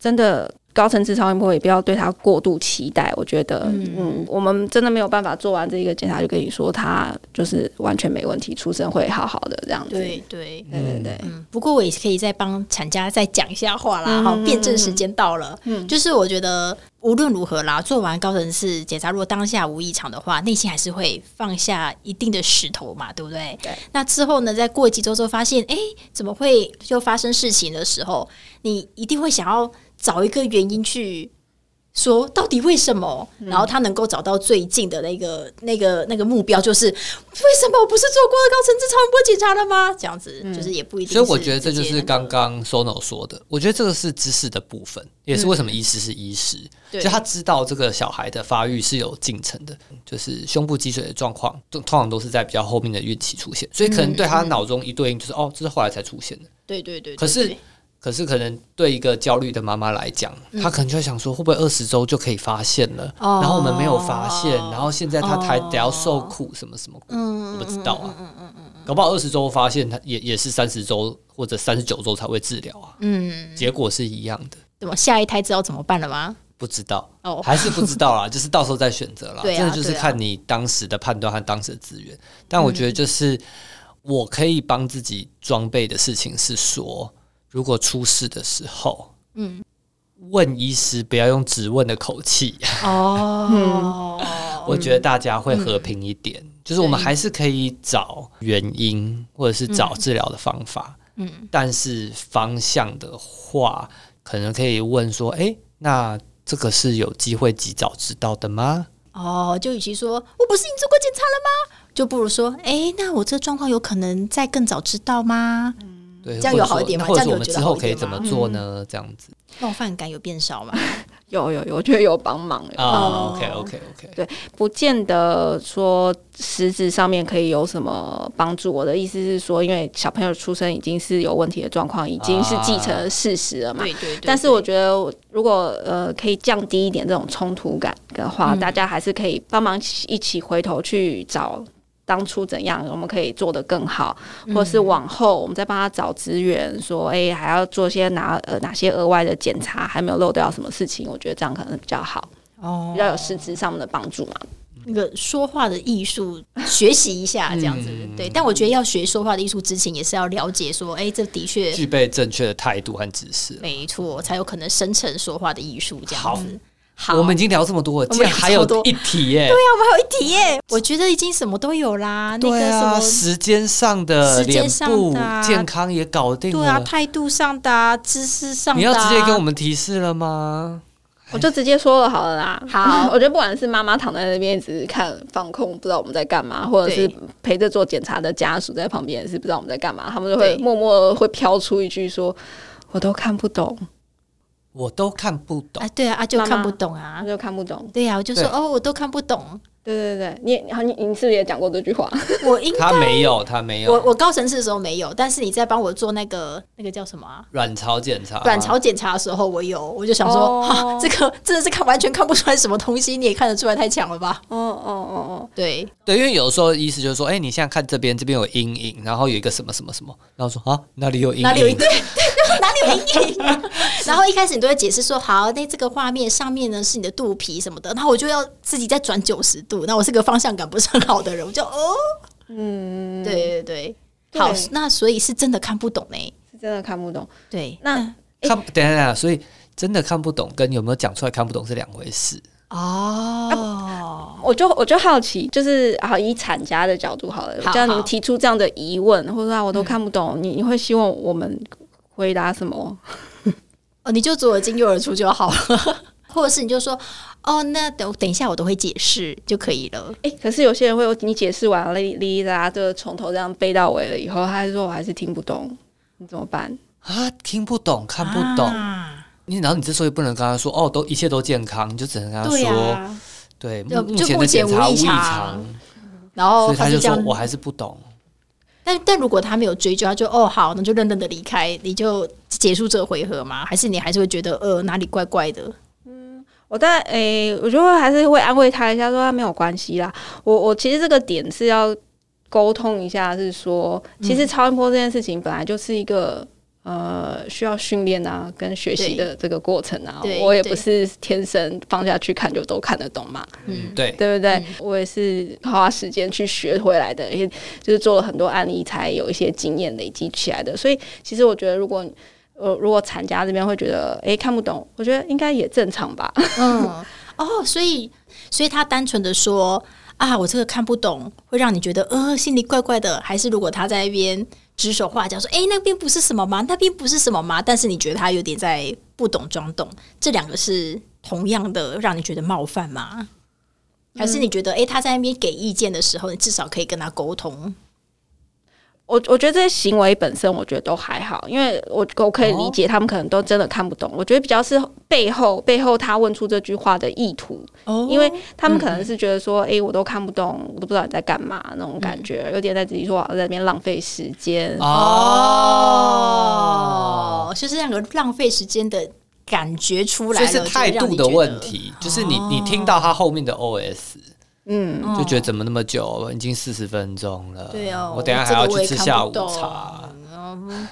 Speaker 3: 真的。高层次超音波也不要对它过度期待，我觉得，
Speaker 1: 嗯
Speaker 3: 嗯我们真的没有办法做完这一个检查就跟你说它就是完全没问题，出生会好好的这样子。
Speaker 1: 对对，
Speaker 3: 对对对，
Speaker 1: 嗯，不过我也可以再帮产家再讲一下话啦，好、
Speaker 3: 嗯
Speaker 1: 辩证时间到了。
Speaker 3: 嗯
Speaker 1: 就是我觉得无论如何啦，做完高层次检查，如果当下无异常的话，内心还是会放下一定的石头嘛，对不对？
Speaker 3: 对。
Speaker 1: 那之后呢，在过几周之后发现，哎，怎么会就发生事情的时候，你一定会想要找一个原因去。说到底为什么？然后他能够找到最近的那个、那个、那个目标，就是为什么我不是做过高层次超音波检查了吗？这样子、就是也不一定。
Speaker 2: 所以我觉得这就
Speaker 1: 直接
Speaker 2: 是
Speaker 1: 那个
Speaker 2: 刚刚 Sono 说的，我觉得这个是知识的部分，也是为什么医师是医师，
Speaker 1: 嗯对
Speaker 2: 就他知道这个小孩的发育是有进程的，就是胸部积水的状况，都通常都是在比较后面的孕期出现，所以可
Speaker 1: 嗯
Speaker 2: 能对他脑中一对应就是、哦，这是后来才出现的。
Speaker 1: 对对对对
Speaker 2: 可是
Speaker 1: 对
Speaker 2: 可是可能对一个焦虑的妈妈来讲，她可能就会想说，会不会二十周就可以发现了？
Speaker 1: 嗯哦
Speaker 2: 然后我们没有发现，然后现在她还
Speaker 1: 哦
Speaker 2: 得要受苦什么什么苦，
Speaker 1: 嗯
Speaker 2: 我不知道啊。搞不好二十周发现，她也也是三十周或者三十九周才会治疗啊，
Speaker 1: 嗯，
Speaker 2: 结果是一样的，
Speaker 1: 怎么下一胎知道怎么办了吗？
Speaker 2: 不知道。
Speaker 1: 哦，
Speaker 2: 还是不知
Speaker 1: <laughs>
Speaker 2: 道啦，就是到时候再选择啦。
Speaker 1: 对啊
Speaker 2: 真的就是
Speaker 1: 对啊
Speaker 2: 看你当时的判断和当时的资源。但我觉得
Speaker 1: 嗯
Speaker 2: 就是我可以帮自己装备的事情是说，如果出事的时候，
Speaker 1: 嗯，
Speaker 2: 问医师不要用质问的口气，
Speaker 1: 哦，嗯
Speaker 2: 我觉得大家会和平一点。就是我们还是可以找原因，或者是找治疗的方法，
Speaker 1: 嗯，
Speaker 2: 但是方向的话，可能可以问说，诶，那这个是有机会及早知道的吗？
Speaker 1: 哦，就与其说我不是已经做过检查了吗？就不如说，哎，那我这状况有可能再更早知道吗？
Speaker 2: 对，
Speaker 1: 这样
Speaker 2: 或者
Speaker 1: 有好
Speaker 2: 说
Speaker 1: 一点吗
Speaker 2: 或者
Speaker 1: 这样
Speaker 2: 说
Speaker 1: 有
Speaker 2: 我们
Speaker 1: 觉
Speaker 2: 之
Speaker 1: 得
Speaker 2: 后
Speaker 1: 好一
Speaker 2: 可以
Speaker 1: 点
Speaker 2: 怎么
Speaker 1: 吗嗯
Speaker 2: 做呢？这样子
Speaker 1: 冒犯感有变 <laughs> 少吗？
Speaker 3: 有有有，我觉得有帮忙。欸有
Speaker 1: 哦
Speaker 2: 啊，OK OK OK，
Speaker 3: 不见得说实质上面可以有什么帮助。我的意思是说，因为小朋友出生已经是有问题的状况，已经是继承了事实了嘛。
Speaker 1: 对对对。
Speaker 3: 但是我觉得我，如果呃可以降低一点这种冲突感的话，
Speaker 1: 嗯
Speaker 3: 大家还是可以帮忙一起回头去找当初怎样我们可以做得更好，
Speaker 1: 嗯
Speaker 3: 或是往后我们再帮他找资源，说哎、还要做些哪呃哪些额外的检查，还没有漏掉什么事情，我觉得这样可能比较好，
Speaker 1: 哦
Speaker 3: 比较有实质上面的帮助嘛。
Speaker 1: 那个说话的艺术，学习一下这样子，
Speaker 2: 嗯
Speaker 1: 对。但我觉得要学说话的艺术之前，也是要了解说，哎、这的确
Speaker 2: 具备正确的态度和指示。
Speaker 1: 没错，才有可能生成说话的艺术这样子。嗯好，
Speaker 2: 我们已经聊这么多了，
Speaker 1: 我们
Speaker 2: 竟然
Speaker 1: 聊
Speaker 2: 还
Speaker 1: 这
Speaker 2: 有
Speaker 1: 么多
Speaker 2: 一题耶！
Speaker 1: 对啊，我们还有一题耶，我觉得已经什么都有啦，那
Speaker 2: 对
Speaker 1: 个
Speaker 2: 啊，
Speaker 1: 什么。
Speaker 2: 时间上的、
Speaker 1: 时间
Speaker 2: 脸
Speaker 1: 上
Speaker 2: 部
Speaker 1: 的啊
Speaker 2: 健康也搞定
Speaker 1: 对啊，
Speaker 2: 了。
Speaker 1: 态度上的、啊，知识上的、啊，
Speaker 2: 你要直接跟我们提示了吗？
Speaker 3: 我就直接说了好了啦。
Speaker 1: 好
Speaker 3: <laughs> 我觉得不管是妈妈躺在那边只是看放空，不知道我们在干嘛，或者是
Speaker 1: 对
Speaker 3: 陪着做检查的家属在旁边也是不知道我们在干嘛，他们就会
Speaker 1: 对
Speaker 3: 默默会飘出一句说：“我都看不懂，
Speaker 2: 我都看不懂
Speaker 1: 啊，。对啊，啊就
Speaker 3: 妈妈
Speaker 1: 看不懂啊
Speaker 3: 我，就看不懂。
Speaker 1: 对啊，我就说
Speaker 2: 对
Speaker 1: 哦，我都看不懂，” <laughs>
Speaker 3: 对对对，你好，你你是不是也讲过这句话？
Speaker 1: 我应
Speaker 2: 他没有，他没
Speaker 1: 啊我
Speaker 2: 有。
Speaker 1: 我高层次的时候没有，但是你在帮我做那个那个叫什么啊？
Speaker 2: 卵巢检查吗，
Speaker 1: 卵巢检查的时候，我有，我就想说，
Speaker 3: 哦
Speaker 1: 哈，这个真的是看完全看不出来什么东西，你也看得出来，太强了吧？
Speaker 3: <laughs> 哦哦哦
Speaker 1: 对，
Speaker 2: 对，因为有时候意思就是说，哎、你现在看这边，这边有阴影，然后有一个什么什么什么，然后说啊，哪里有阴影？
Speaker 1: 哪里有阴哪里有阴影？然后一开始你都会解释说，好，那这个画面上面呢是你的肚皮什么的，然后我就要自己再转九十度。那我是个方向感不是很好的人，我就哦，
Speaker 3: 哦，嗯，
Speaker 1: 对对对，
Speaker 3: 对
Speaker 1: 好，那所以是真的看不懂呢、
Speaker 3: 是真的看不懂。
Speaker 1: 对，
Speaker 3: 那
Speaker 1: 哎
Speaker 2: 看，等一下等一下，所以真的看不懂跟有没有讲出来看不懂是两回事。
Speaker 1: 哦，
Speaker 3: 我就我就好奇，就是好以产家的角度好了，
Speaker 1: 好
Speaker 3: 这样
Speaker 1: 好
Speaker 3: 你提出这样的疑问，或者说啊我都看不懂，你你会希望我们回答什么？
Speaker 1: 哦，你就左耳进右耳出就好了，或者是你就说，哦，那等等一下我都会解释就可以了。
Speaker 3: 哎、可是有些人会有你解释完了，哩哩啦，就从头这样背到尾了以后，他还说我还是听不懂，你怎么办？
Speaker 2: 啊，听不懂，看不懂。
Speaker 1: 啊
Speaker 2: 你然后你之所以不能跟他说哦，都一切都健康，你就只能跟他
Speaker 1: 对
Speaker 2: 说，
Speaker 1: 啊，
Speaker 2: 对，目
Speaker 1: 就
Speaker 2: 目
Speaker 1: 就
Speaker 2: 前
Speaker 1: 目
Speaker 2: 的
Speaker 1: 前
Speaker 2: 检
Speaker 1: 无
Speaker 2: 查
Speaker 1: 异
Speaker 2: 异
Speaker 1: 常
Speaker 2: 常，
Speaker 1: 然后
Speaker 2: 所以他
Speaker 1: 就
Speaker 2: 就
Speaker 1: 这
Speaker 2: 说
Speaker 1: 样
Speaker 2: 我。还是不懂。
Speaker 1: 但但如果他没有追究，他就哦好，那就认认的离开，你就结束这个回合吗？还是你还是会觉得呃哪里怪怪的？
Speaker 3: 我大概诶、我就会还是会安慰他一下，说他啊没有关系啦。我我其实这个点是要沟通一下，是说其实超音波这件事情本来就是一个。呃，需要训练啊，跟学习的这个过程啊
Speaker 1: 对，
Speaker 3: 我也
Speaker 1: 对
Speaker 3: 不是天生放下去看就都看得懂嘛。
Speaker 1: 嗯，
Speaker 2: 对，
Speaker 3: 对不对？我也是花时间去学回来的，也就是做了很多案例，才有一些经验累积起来的。所以其实我觉得，如果呃，如果产家这边会觉得，诶看不懂，我觉得应该也正常吧。 <laughs>
Speaker 1: 嗯，哦，所以所以他单纯的说啊，我这个看不懂，会让你觉得呃心里怪怪的，还是如果他在那边指手画脚说，诶，那边不是什么吗？那边不是什么吗？但是你觉得他有点在不懂装懂，这两个是同样的让你觉得冒犯吗？还是你觉得，诶，他在那边给意见的时候，你至少可以跟他沟通？
Speaker 3: 我我觉得这些行为本身，我觉得都还好，因为我我可以理解他们可能都真的看不懂。我觉得比较是背后背后他问出这句话的意图，
Speaker 1: 哦
Speaker 3: 因为他们可能是觉得说，诶，我都看不懂，我都不知道你在干嘛那种
Speaker 1: 嗯
Speaker 3: 感觉，有点在自己说啊我在那边浪费时间。
Speaker 1: 啊哦，就是那个浪费时间的感觉出来
Speaker 2: 所以
Speaker 1: 了，
Speaker 2: 是态度的问题，就是你
Speaker 1: 哦
Speaker 2: 你听到他后面的 OS，
Speaker 3: 嗯，
Speaker 1: 就让你觉得，
Speaker 2: 就觉得怎么那么久，已经四十分钟了，
Speaker 1: 对哦
Speaker 2: 我等一下
Speaker 1: 这
Speaker 2: 还
Speaker 1: 个
Speaker 2: 要
Speaker 1: 我
Speaker 2: 去
Speaker 1: 也
Speaker 2: 吃
Speaker 1: 看
Speaker 2: 下
Speaker 1: 不
Speaker 2: 午
Speaker 1: 懂 <laughs>
Speaker 2: 茶，
Speaker 1: 嗯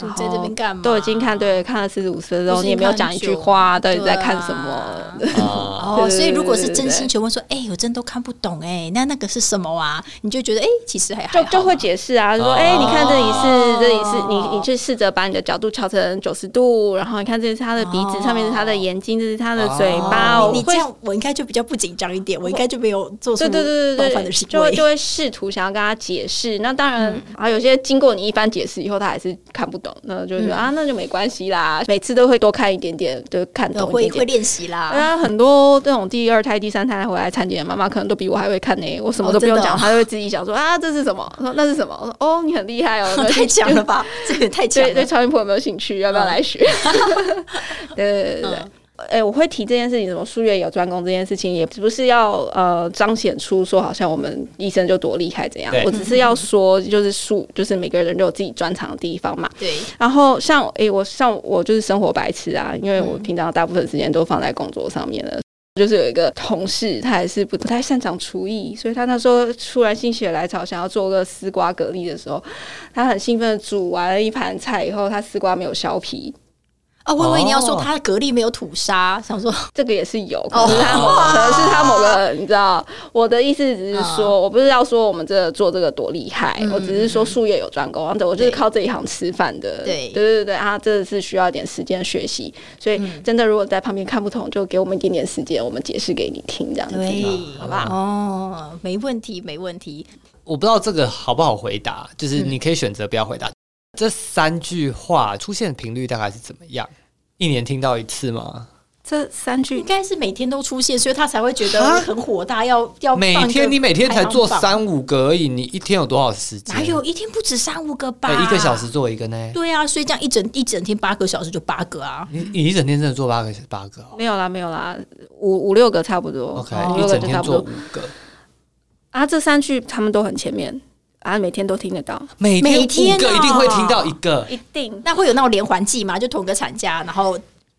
Speaker 1: 你在这边干嘛？
Speaker 3: 哦都已经看对看了四十五分钟，你也没有讲一句话，到底在看什么？
Speaker 1: 对啊
Speaker 2: 啊，
Speaker 1: 哦，
Speaker 3: 对
Speaker 1: 所以如果是真
Speaker 3: 对对
Speaker 1: 心求问说，哎，我真都看不懂，哎，那那个是什么啊？你就觉得，哎，其实还
Speaker 3: 就
Speaker 1: 还好
Speaker 3: 就会
Speaker 1: 嘛
Speaker 3: 解释啊，就说
Speaker 2: 哦
Speaker 3: 哎、你看这里是这里是你，你去试着把你的角度调成九十度，然后你看这是他的鼻子，
Speaker 1: 哦
Speaker 3: 上面是他的眼睛，这是他的嘴巴。
Speaker 2: 哦
Speaker 3: 我
Speaker 1: 你你这
Speaker 3: 会
Speaker 1: 样，我应该就比较不紧张一点，我应该就没有做出
Speaker 3: 对对对
Speaker 1: 冒
Speaker 3: 对
Speaker 1: 犯
Speaker 3: 对，
Speaker 1: 的行
Speaker 3: 就会就
Speaker 1: 为。嗯
Speaker 3: 会试图想要跟他解释。那当然，啊，有些经过你一番解释以后，他还是看不懂，那就觉得、啊，那就没关系啦。每次都会多看一点点，就看懂一
Speaker 1: 会
Speaker 3: 点
Speaker 1: 会
Speaker 3: 点。
Speaker 1: 练习啦。
Speaker 3: 对啊，很多这种第二胎、第三胎回来产检的妈妈，可能都比我还会看呢、我什么都不用
Speaker 1: 哦真的
Speaker 3: 讲，
Speaker 1: 哦，
Speaker 3: 她就会自己想说啊，这是什么？我说那是什么？我说哦，你很厉害哦
Speaker 1: <laughs> <laughs> 太强了吧，这个太强
Speaker 3: 对对，
Speaker 1: 了。嗯
Speaker 3: 超音波有没有兴趣？要不要来学？ <laughs> 对对对对对。哎、我会提这件事情，什么术业有专攻这件事情，也不是要呃彰显出说好像我们医生就多厉害怎样
Speaker 2: 对，
Speaker 3: 我只是要说就是术，就是每个人都有自己专长的地方嘛。
Speaker 1: 对，
Speaker 3: 然后像诶、我像我就是生活白痴啊，因为我平常大部分时间都放在工作上面了。就是有一个同事，他也是不不太擅长厨艺，所以他那时候突然心血来潮，想要做个丝瓜蛤蜊的时候，他很兴奋地煮完了一盘菜以后，他丝瓜没有削皮，
Speaker 1: 哦，我以为你要说
Speaker 2: 哦
Speaker 1: 他的蛤蜊没有吐沙，想说
Speaker 3: 这个也是有，可是他某、可能是他某个，你知道，我的意思只是说，我不是要说我们这做这个多厉害，我只是说术业有专攻，对我就是靠这一行吃饭的，
Speaker 1: 对
Speaker 3: 对对对啊，这是需要一点时间学习，所以真的如果在旁边看不懂，就给我们一点点时间，我们解释给你听，这样子，
Speaker 1: 对
Speaker 3: 好吧？
Speaker 1: 哦，没问题，没问题。
Speaker 2: 我不知道这个好不好回答，就是
Speaker 1: 嗯
Speaker 2: 你可以选择不要回答。这三句话出现的频率大概是怎么样？一年听到一次吗？
Speaker 3: 这三句
Speaker 1: 应该是每天都出现，所以他才会觉得很火大，要要
Speaker 2: 每
Speaker 1: 放一个
Speaker 2: 天你每天才做
Speaker 1: 排行榜，
Speaker 2: 三五个而已，你一天有多少时间？
Speaker 1: 哪有一天不止三五个吧？
Speaker 2: 哎、一个小时。做一个呢？
Speaker 1: 对啊，所以这样一整一整天八个小时就八个啊。
Speaker 2: 你你一整天真的做八个八个、哦、
Speaker 3: 没有啦，没有啦，五五六个差不
Speaker 1: 哦
Speaker 3: 多
Speaker 2: ？OK，、
Speaker 3: 五六
Speaker 2: 一
Speaker 3: 个
Speaker 2: 整
Speaker 3: 就
Speaker 2: 天
Speaker 3: 差不
Speaker 2: 做
Speaker 3: 多
Speaker 2: 五个，
Speaker 3: 啊，这三句他们都很前面啊，每天都听得到，
Speaker 2: 每
Speaker 1: 每天
Speaker 2: 五个
Speaker 1: 哦
Speaker 2: 一定会听到一个。
Speaker 3: 一定。
Speaker 1: 那会有那种连环计吗？就同个产假，然后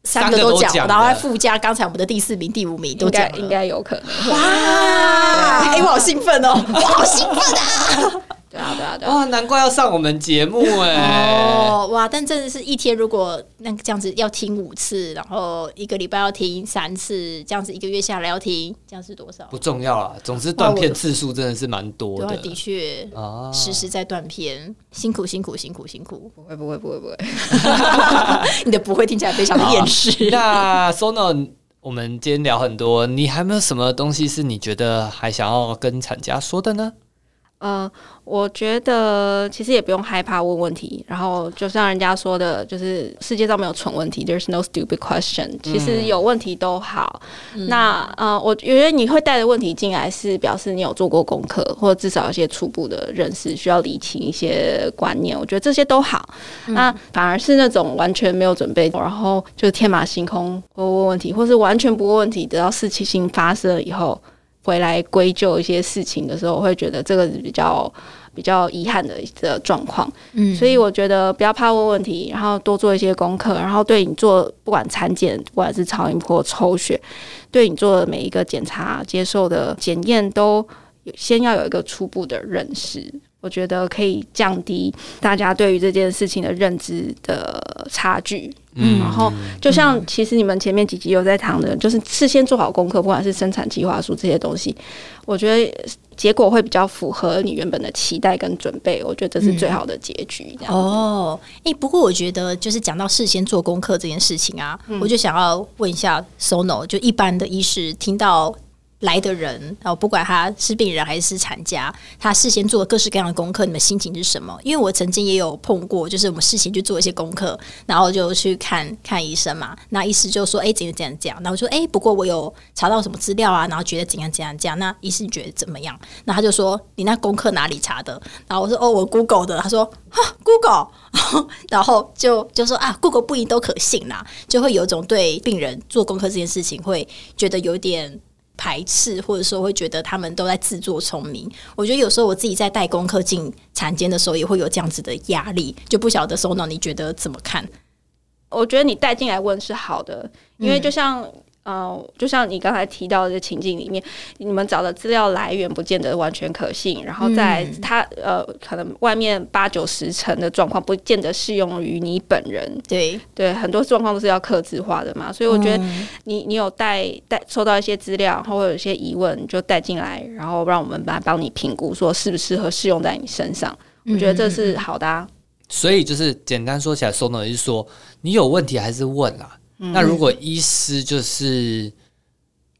Speaker 1: 三个
Speaker 2: 三个
Speaker 1: 都
Speaker 2: 都
Speaker 1: 讲，
Speaker 2: 讲了
Speaker 1: 然后还附加刚才我们的第四名、第五名都
Speaker 3: 应该
Speaker 1: 讲了
Speaker 3: 应该有可能，
Speaker 1: 哇！哎、我好兴奋哦，我好兴奋
Speaker 3: 对啊对啊对啊，
Speaker 2: 哇，难怪要上我们节目哎、
Speaker 1: 哦！哇，但真的是一天，如果那个这样子要听五次，然后一个礼拜要听三次，这样子一个月下来要听，这样是多少
Speaker 2: 不？重要啦，总之断片次数真的是蛮多
Speaker 1: 对啊，
Speaker 2: 的
Speaker 1: 的确，
Speaker 2: 啊。
Speaker 1: 时时在断片，辛苦辛苦辛苦辛苦，
Speaker 3: 不会不会不会不会，
Speaker 1: <laughs> 你的不会听起来非常的厌世。
Speaker 2: 啊 <laughs> 那 Sono，我们今天聊很多，你还没有什么东西是你觉得还想要跟厂家说的呢？
Speaker 3: 呃，我觉得其实也不用害怕问问题，然后就像人家说的，就是世界上没有蠢问题，there's no stupid question。其实有问题都好。那呃，我觉得你会带着问题进来，是表示你有做过功课，或者至少有一些初步的认识，需要理清一些观念。我觉得这些都好。那反而是那种完全没有准备，然后就天马行空问问问题，或是完全不问问题，直到事情发生了以后。回来归咎一些事情的时候，我会觉得这个比较比较遗憾的一个状况。
Speaker 1: 嗯
Speaker 3: 所以我觉得不要怕问问题，然后多做一些功课，然后对你做不管产检，不管是超音波、抽血，对你做的每一个检查、接受的检验，都有先要有一个初步的认识。我觉得可以降低大家对于这件事情的认知的差距。嗯，然后就像其实你们前面几集有在谈的，就是事先做好功课，不管是生产计划书这些东西，我觉得结果会比较符合你原本的期待跟准备。我觉得这是最好的结局。这样子
Speaker 1: 哦，哎、不过我觉得就是讲到事先做功课这件事情啊，
Speaker 3: 嗯
Speaker 1: 我就想要问一下 Sono，就一般的医师听到来的人，然后不管他是病人还是产家，他事先做了各式各样的功课，你们心情是什么？因为我曾经也有碰过，就是我们事先去做一些功课，然后就去看看医生嘛，那医师就说，哎、怎样怎样怎样，然后我说，哎、不过我有查到什么资料啊，然后觉得怎样怎样怎样，那医师你觉得怎么样？那他就说，你那功课哪里查的？然后我说，哦，我 Google 的。他说，哈，Google。然 <laughs> 后就就说啊，Google 不一定都可信啦，就会有一种对病人做功课这件事情会觉得有点排斥，或者说会觉得他们都在自作聪明。我觉得有时候我自己在带功课进产间的时候，也会有这样子的压力，就不晓得 Sono 你觉得怎么看？
Speaker 3: 我觉得你带进来问是好的，因为就像。呃，就像你刚才提到的这情境里面，你们找的资料来源不见得完全可信，然后在它、呃，可能外面八九十成的状况不见得适用于你本人，
Speaker 1: 对，
Speaker 3: 对，很多状况都是要克制化的嘛，所以我觉得你你有带带收到一些资料，然后有一些疑问，你就带进来，然后让我们来帮你评估说适不适合适用在你身上，
Speaker 1: 嗯
Speaker 3: 我觉得这是好的、啊。
Speaker 2: 所以就是简单说起来，Sono 就是
Speaker 3: 嗯
Speaker 2: 说你有问题还是问啦。那如果医师就是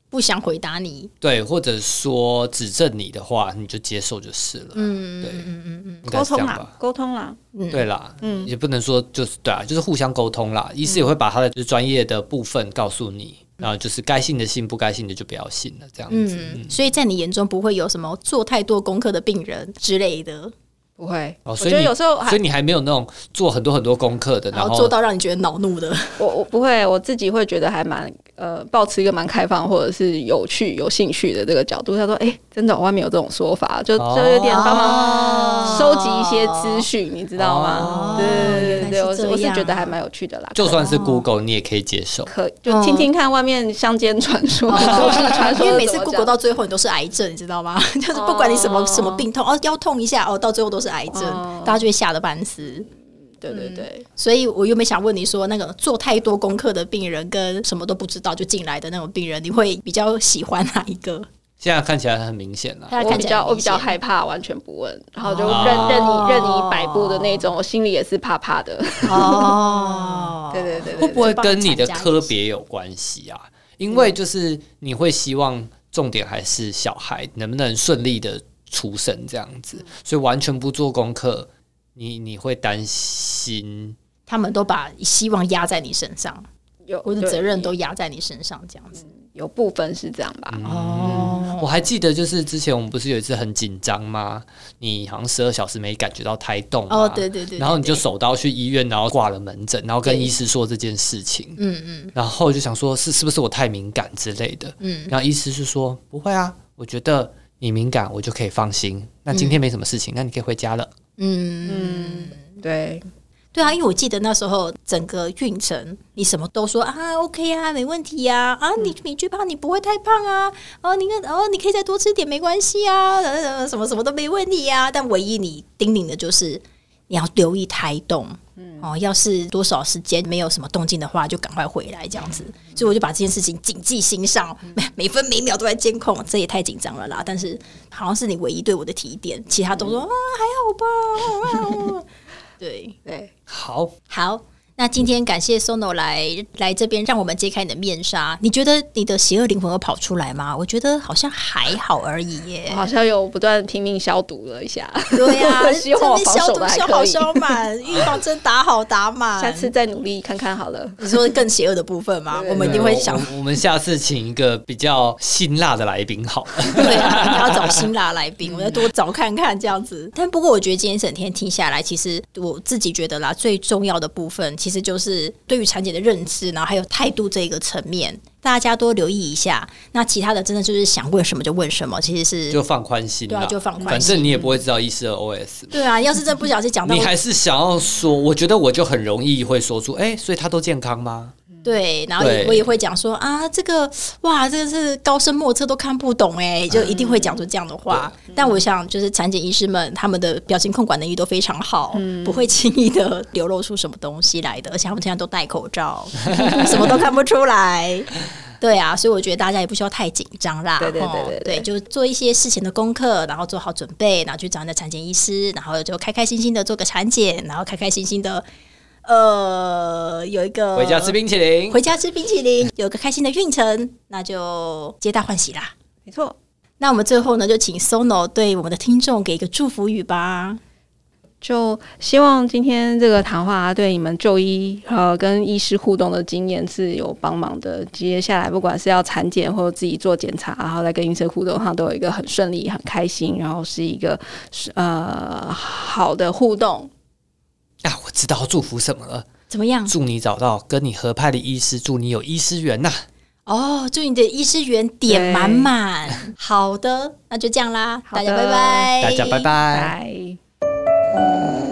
Speaker 1: 不想回答你，
Speaker 2: 对，或者说指正你的话，你就接受就是了。
Speaker 1: 嗯，
Speaker 2: 对
Speaker 1: 嗯嗯嗯
Speaker 2: 应该
Speaker 3: 沟
Speaker 2: 是这
Speaker 3: 通
Speaker 2: 样
Speaker 3: 啦
Speaker 2: 吧，？
Speaker 3: 沟通啦，
Speaker 1: 嗯，
Speaker 2: 对啦，
Speaker 3: 嗯
Speaker 2: 也不能说就是对啊，就是互相沟通啦。医师也会把他的就是专业的部分告诉你，
Speaker 3: 嗯
Speaker 2: 然后就是该信的信，不该信的就不要信了，这样子。嗯
Speaker 1: 嗯，所以在你眼中不会有什么做太多功课的病人之类的，
Speaker 3: 不会。
Speaker 2: 哦，
Speaker 3: 我
Speaker 2: 所
Speaker 3: 觉
Speaker 2: 以
Speaker 3: 得
Speaker 2: 你
Speaker 3: 有时候还
Speaker 2: 所以你还没有那种做很多很多功课的，
Speaker 1: 然
Speaker 2: 然
Speaker 1: 后
Speaker 2: 后
Speaker 1: 做到让你觉得恼怒的，
Speaker 3: 我我不会，我自己会觉得还蛮呃，保持一个蛮开放或者是有趣、有兴趣的这个角度。他说：“哎、真的、外面有这种说法，就
Speaker 2: 哦
Speaker 3: 就有点帮
Speaker 1: 哦
Speaker 3: 忙收集一些资讯，你知道
Speaker 2: 哦
Speaker 3: 吗？”对对对
Speaker 1: 原
Speaker 3: 对，
Speaker 1: 来
Speaker 3: 我
Speaker 1: 是这
Speaker 3: 是我是
Speaker 1: 样
Speaker 3: 觉得还蛮有趣的啦。
Speaker 2: 就算是 Google，你也可以接受。
Speaker 3: 可就听听看外面乡间传
Speaker 1: <laughs>
Speaker 3: 说、都市哦传说，
Speaker 1: 嗯哦因为每次 Google 到最后你都是癌症，你知道吗？ <laughs> 就是不管你什么什么病痛，哦，腰痛一下，哦，到最后都是癌症，
Speaker 3: 哦
Speaker 1: 大家就会吓得半死。
Speaker 3: 对对对，
Speaker 1: 所以我又没想问你说，那个做太多功课的病人跟什么都不知道就进来的那种病人，你会比较喜欢哪一个？
Speaker 2: 现在看起来很明显啦，
Speaker 1: 嗯大家
Speaker 3: 我
Speaker 1: 看
Speaker 3: 比
Speaker 1: 起来
Speaker 3: 较
Speaker 1: 很
Speaker 3: 我比较
Speaker 1: 明显
Speaker 3: 害怕完全不问，然后就
Speaker 2: 哦
Speaker 3: 任任你任你摆布的那种，我心里也是怕怕的。 <laughs>
Speaker 1: 哦
Speaker 3: 对对对对
Speaker 2: 会不会呃跟你的
Speaker 1: 帮
Speaker 2: 科别有关系啊？因为
Speaker 1: 嗯
Speaker 2: 就是你会希望重点还是小孩能不能顺利的出生这样
Speaker 1: 嗯
Speaker 2: 子，所以完全不做功课，你你会担心。
Speaker 1: 他们都把希望压在你身上，
Speaker 3: 有
Speaker 1: 或者
Speaker 3: 对
Speaker 1: 责任都压在你身上，这样子。
Speaker 3: 有部分是这样吧？
Speaker 1: 哦，
Speaker 2: 我还记得就是之前我们不是有一次很紧张吗？你好像十二小时没感觉到胎动啊嘛
Speaker 1: 哦，对对对对
Speaker 2: 然后你就
Speaker 1: 对
Speaker 2: 手刀去医院，然后挂了门诊，然后跟
Speaker 1: 对
Speaker 2: 医师说这件事情，
Speaker 1: 嗯嗯
Speaker 2: 然后就想说是是不是我太敏感之类的，
Speaker 1: 嗯，
Speaker 2: 然后医师是说不会啊，我觉得你敏感，我就可以放心。那今天没什么事情，那你可以回家了。
Speaker 1: 嗯，
Speaker 3: 对，
Speaker 1: 对啊，因为我记得那时候整个运程，你什么都说啊，OK 啊，没问题啊，啊，你你最胖，你不会太胖啊，哦，你看，哦，你可以再多吃点，没关系啊，呃呃，什么什么都没问题啊。但唯一你叮咛的就是你要留意胎动，哦，要是多少时间没有什么动静的话，就赶快回来这样子。所以我就把这件事情谨记心上，每 <laughs> 每分每秒都在监控，这也太紧张了啦。但是好像是你唯一对我的提点，其他都说啊还好吧，啊啊啊 <laughs> 对。
Speaker 3: 对，
Speaker 2: 好，
Speaker 1: 好，那今天感谢 Sono 来来这边，让我们揭开你的面纱。你觉得你的邪恶灵魂有跑出来吗？我觉得好像还好而已
Speaker 3: 我
Speaker 1: 耶。
Speaker 3: 好像有不断拼命消毒了一下，
Speaker 1: <laughs> 对呀、啊，
Speaker 3: 希望我防守
Speaker 1: 这
Speaker 3: 的
Speaker 1: 边
Speaker 3: 还
Speaker 1: 消毒消
Speaker 3: 可
Speaker 1: 好
Speaker 3: 以，
Speaker 1: 消
Speaker 3: <laughs>
Speaker 1: 满，预防针打好打满。
Speaker 3: 下次再努力看看好了。
Speaker 1: 你说更邪恶的部分吗？
Speaker 3: 对
Speaker 1: 我们一定会
Speaker 2: 对
Speaker 1: 想
Speaker 2: 我，我我们下次请一个比较辛辣的来宾好
Speaker 1: <laughs>
Speaker 2: 了。
Speaker 1: 对啊，一定要找辛辣来宾，我再多找看看这样子。但不过我觉得今天整天听下来，其实我自己觉得啦，最重要的部分其实就是对于产检的认知，然后还有态度这一个层面，大家多留意一下。那其他的真的就是想问什么就问什么，其实是
Speaker 2: 就放宽心啦，
Speaker 1: 对啊就放宽心
Speaker 2: 反正你也不会知道医 E 师的 OS。
Speaker 1: 对啊。要是真不小心讲到
Speaker 2: 你还是想要说，我觉得我就很容易会说出，哎、所以他都健康吗？
Speaker 3: 嗯
Speaker 1: 对，然后也
Speaker 2: 对
Speaker 1: 我也会讲说啊，这个哇，这个是高深莫测都看不懂哎，就一定会讲出这样的话。
Speaker 3: 嗯
Speaker 1: 但我想，就是产检医师们他们的表情控管能力都非常好，
Speaker 3: 嗯
Speaker 1: 不会轻易的流露出什么东西来的，而且他们现在都戴口罩， <laughs> 什么都看不出来。对啊，所以我觉得大家也不需要太紧张啦。
Speaker 3: 对对对
Speaker 1: 吼
Speaker 3: 对
Speaker 1: 对
Speaker 3: 对
Speaker 1: 就做一些事前的功课，然后做好准备，然后去找你的产检医师，然后就开开心心的做个产检，然后开开心心的。呃，有一个
Speaker 2: 回家吃冰淇淋。
Speaker 1: 回家吃冰淇淋，有个开心的运程，那就皆大欢喜啦。
Speaker 3: 没错，
Speaker 1: 那我们最后呢，就请 Sono 对我们的听众给一个祝福语吧。
Speaker 3: 就希望今天这个谈话对你们就医呃跟医师互动的经验是有帮忙的。接下来不管是要产检或者自己做检查，然后再跟医生互动，上都有一个很顺利、很开心，然后是一个是呃好的互动。
Speaker 2: 啊，我知道祝福什么了，
Speaker 1: 怎么样？
Speaker 2: 祝你找到跟你合拍的医师，祝你有医师缘呐、
Speaker 1: 哦，祝你的医师缘点满满。好的，那就这样啦，
Speaker 3: 好
Speaker 1: 大
Speaker 3: 的
Speaker 1: 家拜拜，
Speaker 2: 大家拜拜。
Speaker 3: 拜。